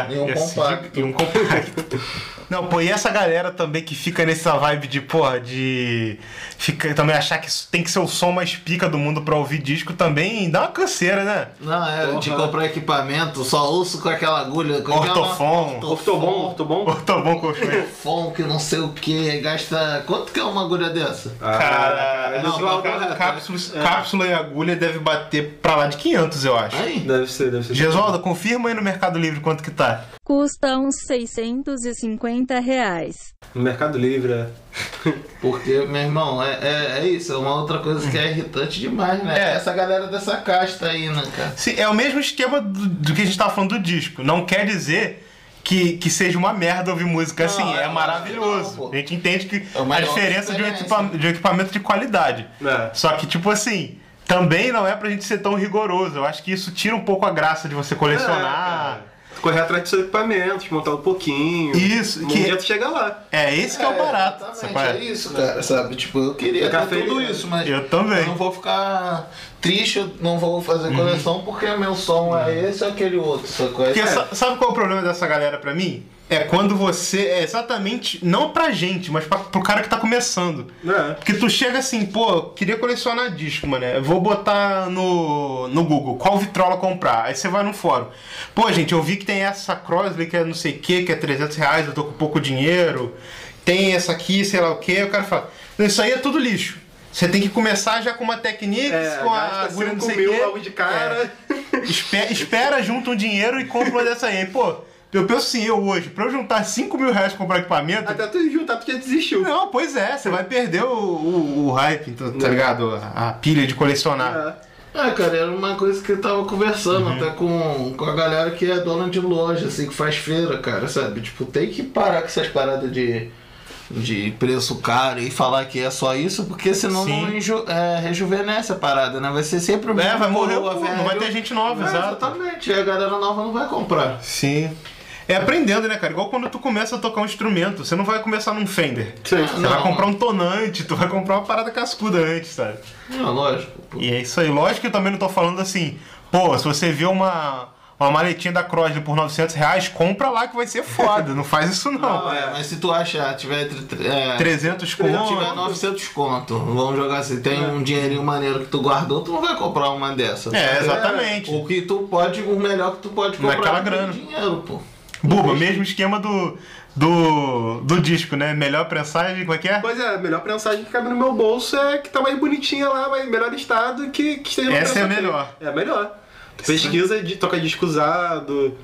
Speaker 2: É,
Speaker 1: E um
Speaker 2: esse-
Speaker 1: compacto.
Speaker 2: E um compacto. Não, pô, e essa galera também que fica nessa vibe de, porra, de. Fica, também achar que isso tem que ser o som mais pica do mundo pra ouvir disco também dá uma canseira, né?
Speaker 1: Não, é, de comprar equipamento, só ouço com aquela agulha. Com
Speaker 2: Ortofon.
Speaker 1: aquela- Ortofon.
Speaker 3: Ortobon?
Speaker 2: Ortobon com
Speaker 1: Ortofon, que não sei o que, gasta. Quanto que é uma agulha dessa?
Speaker 3: Ah,
Speaker 2: Cara,
Speaker 1: não,
Speaker 2: não,
Speaker 1: não,
Speaker 2: cápsula,
Speaker 1: é.
Speaker 2: cápsula e agulha deve bater pra lá de 500, eu acho.
Speaker 3: Deve ser, deve ser.
Speaker 2: Gesualdo, confirma aí no Mercado Livre quanto que tá.
Speaker 7: Custa uns 650 reais.
Speaker 3: No Mercado Livre, é.
Speaker 1: Porque, meu irmão, é, é, é isso, é uma outra coisa que é irritante demais, né?
Speaker 2: É.
Speaker 1: Essa galera dessa casta aí, né, cara?
Speaker 2: Sim, é o mesmo esquema do, do que a gente tava falando do disco. Não quer dizer que, que seja uma merda ouvir música assim.
Speaker 1: Não,
Speaker 2: É,
Speaker 1: eu acho
Speaker 2: maravilhoso. a gente entende que
Speaker 1: uma
Speaker 2: a
Speaker 1: ótima
Speaker 2: diferença de um,
Speaker 1: experiência.
Speaker 2: equipa- de um equipamento de qualidade. Só que, tipo assim, também não é pra gente ser tão rigoroso. Eu acho que isso tira um pouco a graça de você
Speaker 3: É,
Speaker 2: colecionar.
Speaker 3: Correr atrás dos seus equipamentos, montar um pouquinho.
Speaker 2: Isso,
Speaker 3: Um
Speaker 2: que-
Speaker 3: dia tu chega lá.
Speaker 2: É, esse que é o barato. sabe qual
Speaker 1: É isso, cara, sabe? Tipo, eu queria
Speaker 3: Ficar
Speaker 1: ter tudo
Speaker 3: feliz,
Speaker 1: isso, mas
Speaker 2: Eu também. Uhum.
Speaker 1: eu não vou ficar triste, eu não vou fazer coleção porque meu som é esse ou aquele outro, sacou?
Speaker 2: Porque
Speaker 1: É.
Speaker 2: sa- sabe qual é o problema dessa galera pra mim? É quando você. É exatamente. Não pra gente, mas pra, pro cara que tá começando.
Speaker 3: É.
Speaker 2: Porque tu chega assim, pô, eu queria colecionar disco, mano. Eu Vou botar no, no Google qual vitrola comprar. Aí você vai no fórum. Pô, gente, eu vi que tem essa Crosley que é não sei o que, que é 300 reais, eu tô com pouco dinheiro. Tem essa aqui, sei lá o que. O cara fala: "Não, Isso aí é tudo lixo. Você tem que começar já com uma Technics, com É, a
Speaker 3: É, gasta
Speaker 2: agulha não
Speaker 3: 5
Speaker 2: sei
Speaker 3: mil
Speaker 2: quê."
Speaker 3: assim, logo de cara.
Speaker 2: É. Espera, espera, junta um dinheiro e compra uma dessa aí. Pô, eu penso assim, eu hoje, pra eu juntar 5 mil reais pra comprar equipamento.
Speaker 3: Até tu juntar, tu já desistiu.
Speaker 2: Não, pois é, você vai perder o, o, o hype, tá, tá
Speaker 1: É.
Speaker 2: ligado? A, a pilha de colecionar.
Speaker 1: É, cara, era uma coisa que eu tava conversando
Speaker 2: Uhum.
Speaker 1: até com, com a galera que é dona de loja, assim, que faz feira, cara, sabe? Tipo, tem que parar com essas paradas de, de preço caro e falar que é só isso, porque senão
Speaker 2: Sim.
Speaker 1: não enju- é, rejuvenesce a parada, né? Vai ser sempre o mesmo.
Speaker 2: É, vai morrer,
Speaker 1: coroa
Speaker 2: o povo, não
Speaker 1: velho.
Speaker 2: vai ter gente nova,
Speaker 1: É,
Speaker 2: exato.
Speaker 1: Exatamente, e a galera nova não vai comprar.
Speaker 2: Sim. É aprendendo, né, cara? Igual quando tu começa a tocar um instrumento, você não vai começar num Fender. Você vai
Speaker 1: Não.
Speaker 2: comprar um tonante, tu vai comprar uma parada cascuda antes, sabe?
Speaker 1: Não, lógico.
Speaker 2: E é isso aí. Lógico que eu também não tô falando assim, pô, se você vê uma, uma maletinha da Crosley por 900 reais, compra lá que vai ser foda. não faz isso não.
Speaker 1: Não, é, mas se tu achar, tiver tre- é,
Speaker 2: 300
Speaker 1: tiver
Speaker 2: conto.
Speaker 1: 900 conto, vamos jogar assim, tem um dinheirinho maneiro que tu guardou, tu não vai comprar uma dessa.
Speaker 2: É,
Speaker 1: sabe?
Speaker 2: exatamente.
Speaker 1: O que tu pode, o melhor que tu pode
Speaker 2: Não é
Speaker 1: comprar
Speaker 2: aquela
Speaker 1: com
Speaker 2: grana.
Speaker 1: dinheiro, pô.
Speaker 2: Buba, mesmo esquema do, do, do disco, né? Melhor prensagem, como é que é?
Speaker 3: Pois é, a melhor prensagem que cabe no meu bolso é que tá mais bonitinha lá, mas melhor estado que, que esteja no
Speaker 2: Essa é a
Speaker 3: preço ok.
Speaker 2: melhor.
Speaker 3: É a melhor. Tu pesquisa de toca disco usado.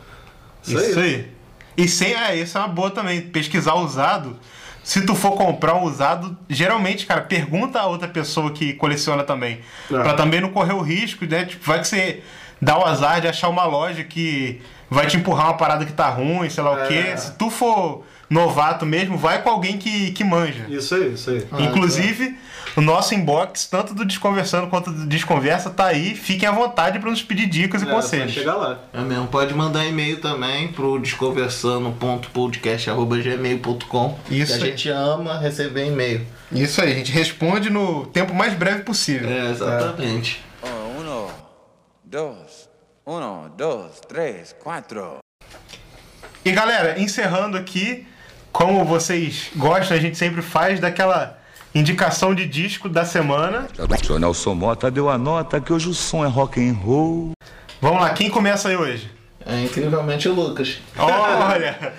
Speaker 3: Isso,
Speaker 2: Isso
Speaker 3: aí.
Speaker 2: aí. E sem, é, isso é uma boa também. Pesquisar usado. Se tu for comprar um usado, geralmente, cara, pergunta a outra pessoa que coleciona também.
Speaker 3: É.
Speaker 2: Pra também não correr o risco, né? Tipo, vai que você dá o azar de achar uma loja que vai te empurrar uma parada que tá ruim, sei lá o
Speaker 3: É.
Speaker 2: quê. Se tu for novato mesmo, vai com alguém que, que manja.
Speaker 3: Isso é. aí, isso aí.
Speaker 2: Ah. Inclusive, o nosso inbox, tanto do Desconversando quanto do Desconversa, tá aí. Fiquem à vontade pra nos pedir dicas e conselhos.
Speaker 3: É, lá.
Speaker 1: É mesmo, pode mandar e-mail também pro desconversando.podcast.gmail.com.
Speaker 2: Isso
Speaker 1: Que a
Speaker 2: aí.
Speaker 1: gente ama receber e-mail.
Speaker 2: Isso aí, a gente responde no tempo mais breve possível.
Speaker 1: É, exatamente.
Speaker 15: Uno, dos, uno, dos, três, quatro.
Speaker 2: E galera, encerrando aqui, como vocês gostam, a gente sempre faz daquela indicação de disco da semana.
Speaker 11: O Nelson Mota deu a nota que hoje o som é rock and roll.
Speaker 2: Vamos lá, quem começa aí hoje?
Speaker 1: É incrivelmente o Lucas.
Speaker 2: Olha!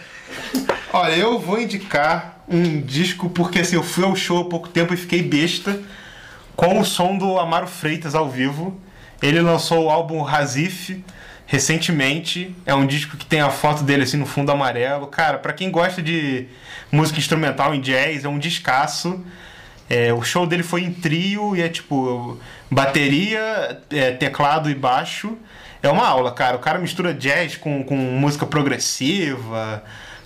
Speaker 2: Olha, eu vou indicar um disco porque assim, eu fui ao show há pouco tempo e fiquei besta com o som do Amaro Freitas ao vivo. Ele lançou o álbum Razif recentemente. É um disco que tem a foto dele assim no fundo amarelo. Cara, pra quem gosta de música instrumental em jazz, é um descasso. o show dele foi em trio e é tipo bateria, é, teclado e baixo. É uma aula, cara. O cara mistura jazz com, com música progressiva,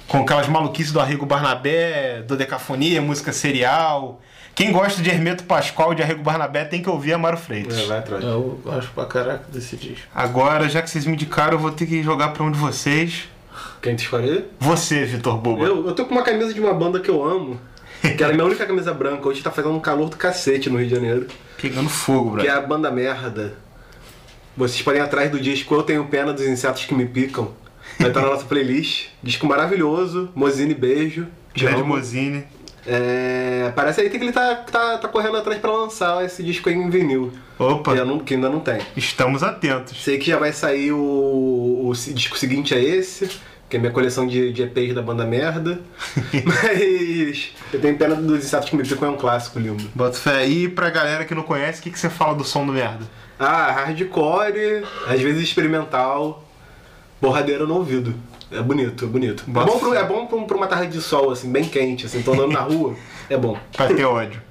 Speaker 2: com aquelas maluquices do Arrigo Barnabé, do Decafonia, música serial. Quem gosta de Hermeto Pascoal, de Arrigo Barnabé, tem que ouvir Amaro Freitas.
Speaker 1: É, Eu gosto pra caraca desse disco.
Speaker 2: Agora, já que vocês me indicaram, eu vou ter que jogar pra um de vocês.
Speaker 3: Ah, Quem te escolher?
Speaker 2: Você, Vitor Boba.
Speaker 3: Eu, eu tô com uma camisa de uma banda que eu amo, que era a minha única camisa branca. Hoje tá fazendo um calor do cacete no Rio de Janeiro.
Speaker 2: Pegando fogo, bro.
Speaker 3: Que é a banda merda. Vocês podem ir atrás do disco Eu Tenho Pena dos Insetos que Me Picam. Vai estar na nossa playlist. Disco maravilhoso. Mozine, beijo. Te
Speaker 2: Grande
Speaker 3: amo.
Speaker 2: Mozine.
Speaker 3: É, parece aí que ele tá, tá, tá correndo atrás pra lançar esse disco aí em vinil.
Speaker 2: Opa.
Speaker 3: Que, é eu não- que ainda não tem.
Speaker 2: Estamos atentos.
Speaker 3: Sei que já vai sair o, o se- disco seguinte a esse, que é minha coleção de, de EPs da banda merda. Mas eu tenho pena dos insetos que me ficam, é um clássico lindo.
Speaker 2: Bota fé. E pra galera que não conhece, o que, que você fala do som do merda?
Speaker 3: Ah, hardcore, às vezes experimental, borradeira no ouvido. É bonito, é bonito. É
Speaker 2: Bota
Speaker 3: bom, pro-
Speaker 2: fé.
Speaker 3: é bom pra, um- pra uma tarde de sol, assim, bem quente, assim, tô andando na rua, é bom.
Speaker 2: Pra ter ódio.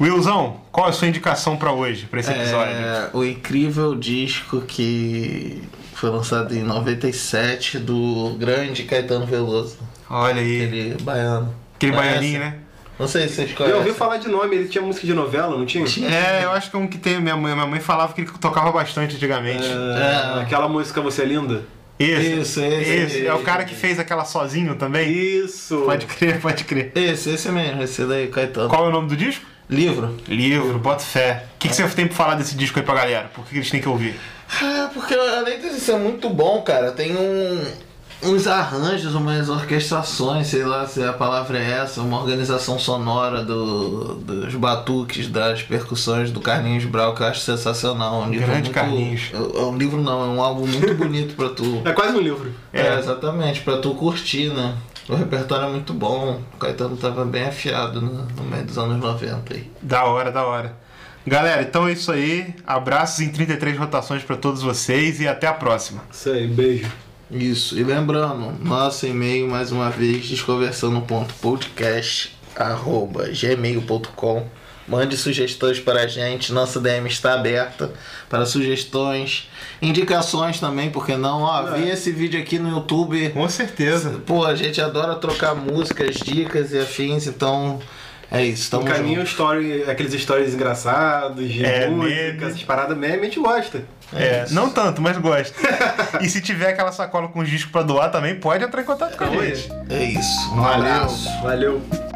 Speaker 2: Willzão, qual é a sua indicação pra hoje, pra esse episódio?
Speaker 1: É, o incrível disco que foi lançado em 97 do grande Caetano Veloso.
Speaker 2: Olha aí.
Speaker 1: Aquele baiano.
Speaker 2: Aquele
Speaker 1: Conhece?
Speaker 2: baianinho, né?
Speaker 1: Não sei se vocês
Speaker 3: Eu ouvi
Speaker 1: conhecem.
Speaker 3: falar de nome, ele tinha música de novela, não tinha?
Speaker 2: É, eu acho que é um que tem. Minha mãe, minha mãe falava que ele tocava bastante antigamente.
Speaker 3: É, Aquela música Você é Linda?
Speaker 2: Isso,
Speaker 1: Isso, esse,
Speaker 2: isso. É o
Speaker 1: esse.
Speaker 2: cara que fez aquela sozinho também?
Speaker 3: Isso.
Speaker 2: Pode crer, pode crer.
Speaker 1: Esse, esse mesmo, esse daí, Caetano.
Speaker 2: Qual é o nome do disco?
Speaker 1: Livro.
Speaker 2: Livro, bota fé. O que, que você tem pra falar desse disco aí pra galera? Por que que eles têm que ouvir?
Speaker 1: Ah, porque além de ser muito bom, cara, tem um- uns arranjos, umas orquestrações, sei lá se a palavra é essa, uma organização sonora do- dos batuques, das percussões do Carlinhos Brau, que eu acho sensacional. É Um livro
Speaker 2: Grande
Speaker 1: muito,
Speaker 2: Carlinhos.
Speaker 1: É um livro não, é um álbum muito bonito pra tu.
Speaker 3: É quase um livro.
Speaker 1: É, exatamente, pra tu curtir, né? O repertório é muito bom, o Caetano tava bem afiado no, no meio dos anos 90 aí.
Speaker 2: Da hora, da hora. Galera, então é isso aí. Abraços em 33 rotações pra todos vocês e até a próxima.
Speaker 3: Isso aí, beijo.
Speaker 1: Isso, e lembrando, nosso e-mail mais uma vez, desconversando.podcast.gmail.com. Mande sugestões para a gente, nossa DM está aberta para sugestões, indicações também, porque não? Ó, vi esse vídeo aqui no YouTube.
Speaker 2: Com certeza.
Speaker 1: Pô, a gente adora trocar músicas, dicas e afins, então é isso. Tamo
Speaker 3: Encaminha o Um story, aqueles stories engraçados, de
Speaker 2: É, meme.
Speaker 3: música, essas paradas meme, a gente gosta.
Speaker 2: É, não tanto, mas gosto. e se tiver aquela sacola com os discos pra doar também, pode entrar em contato com a gente.
Speaker 1: junto. É isso.
Speaker 2: Valeu.
Speaker 1: Valeu.
Speaker 3: Valeu.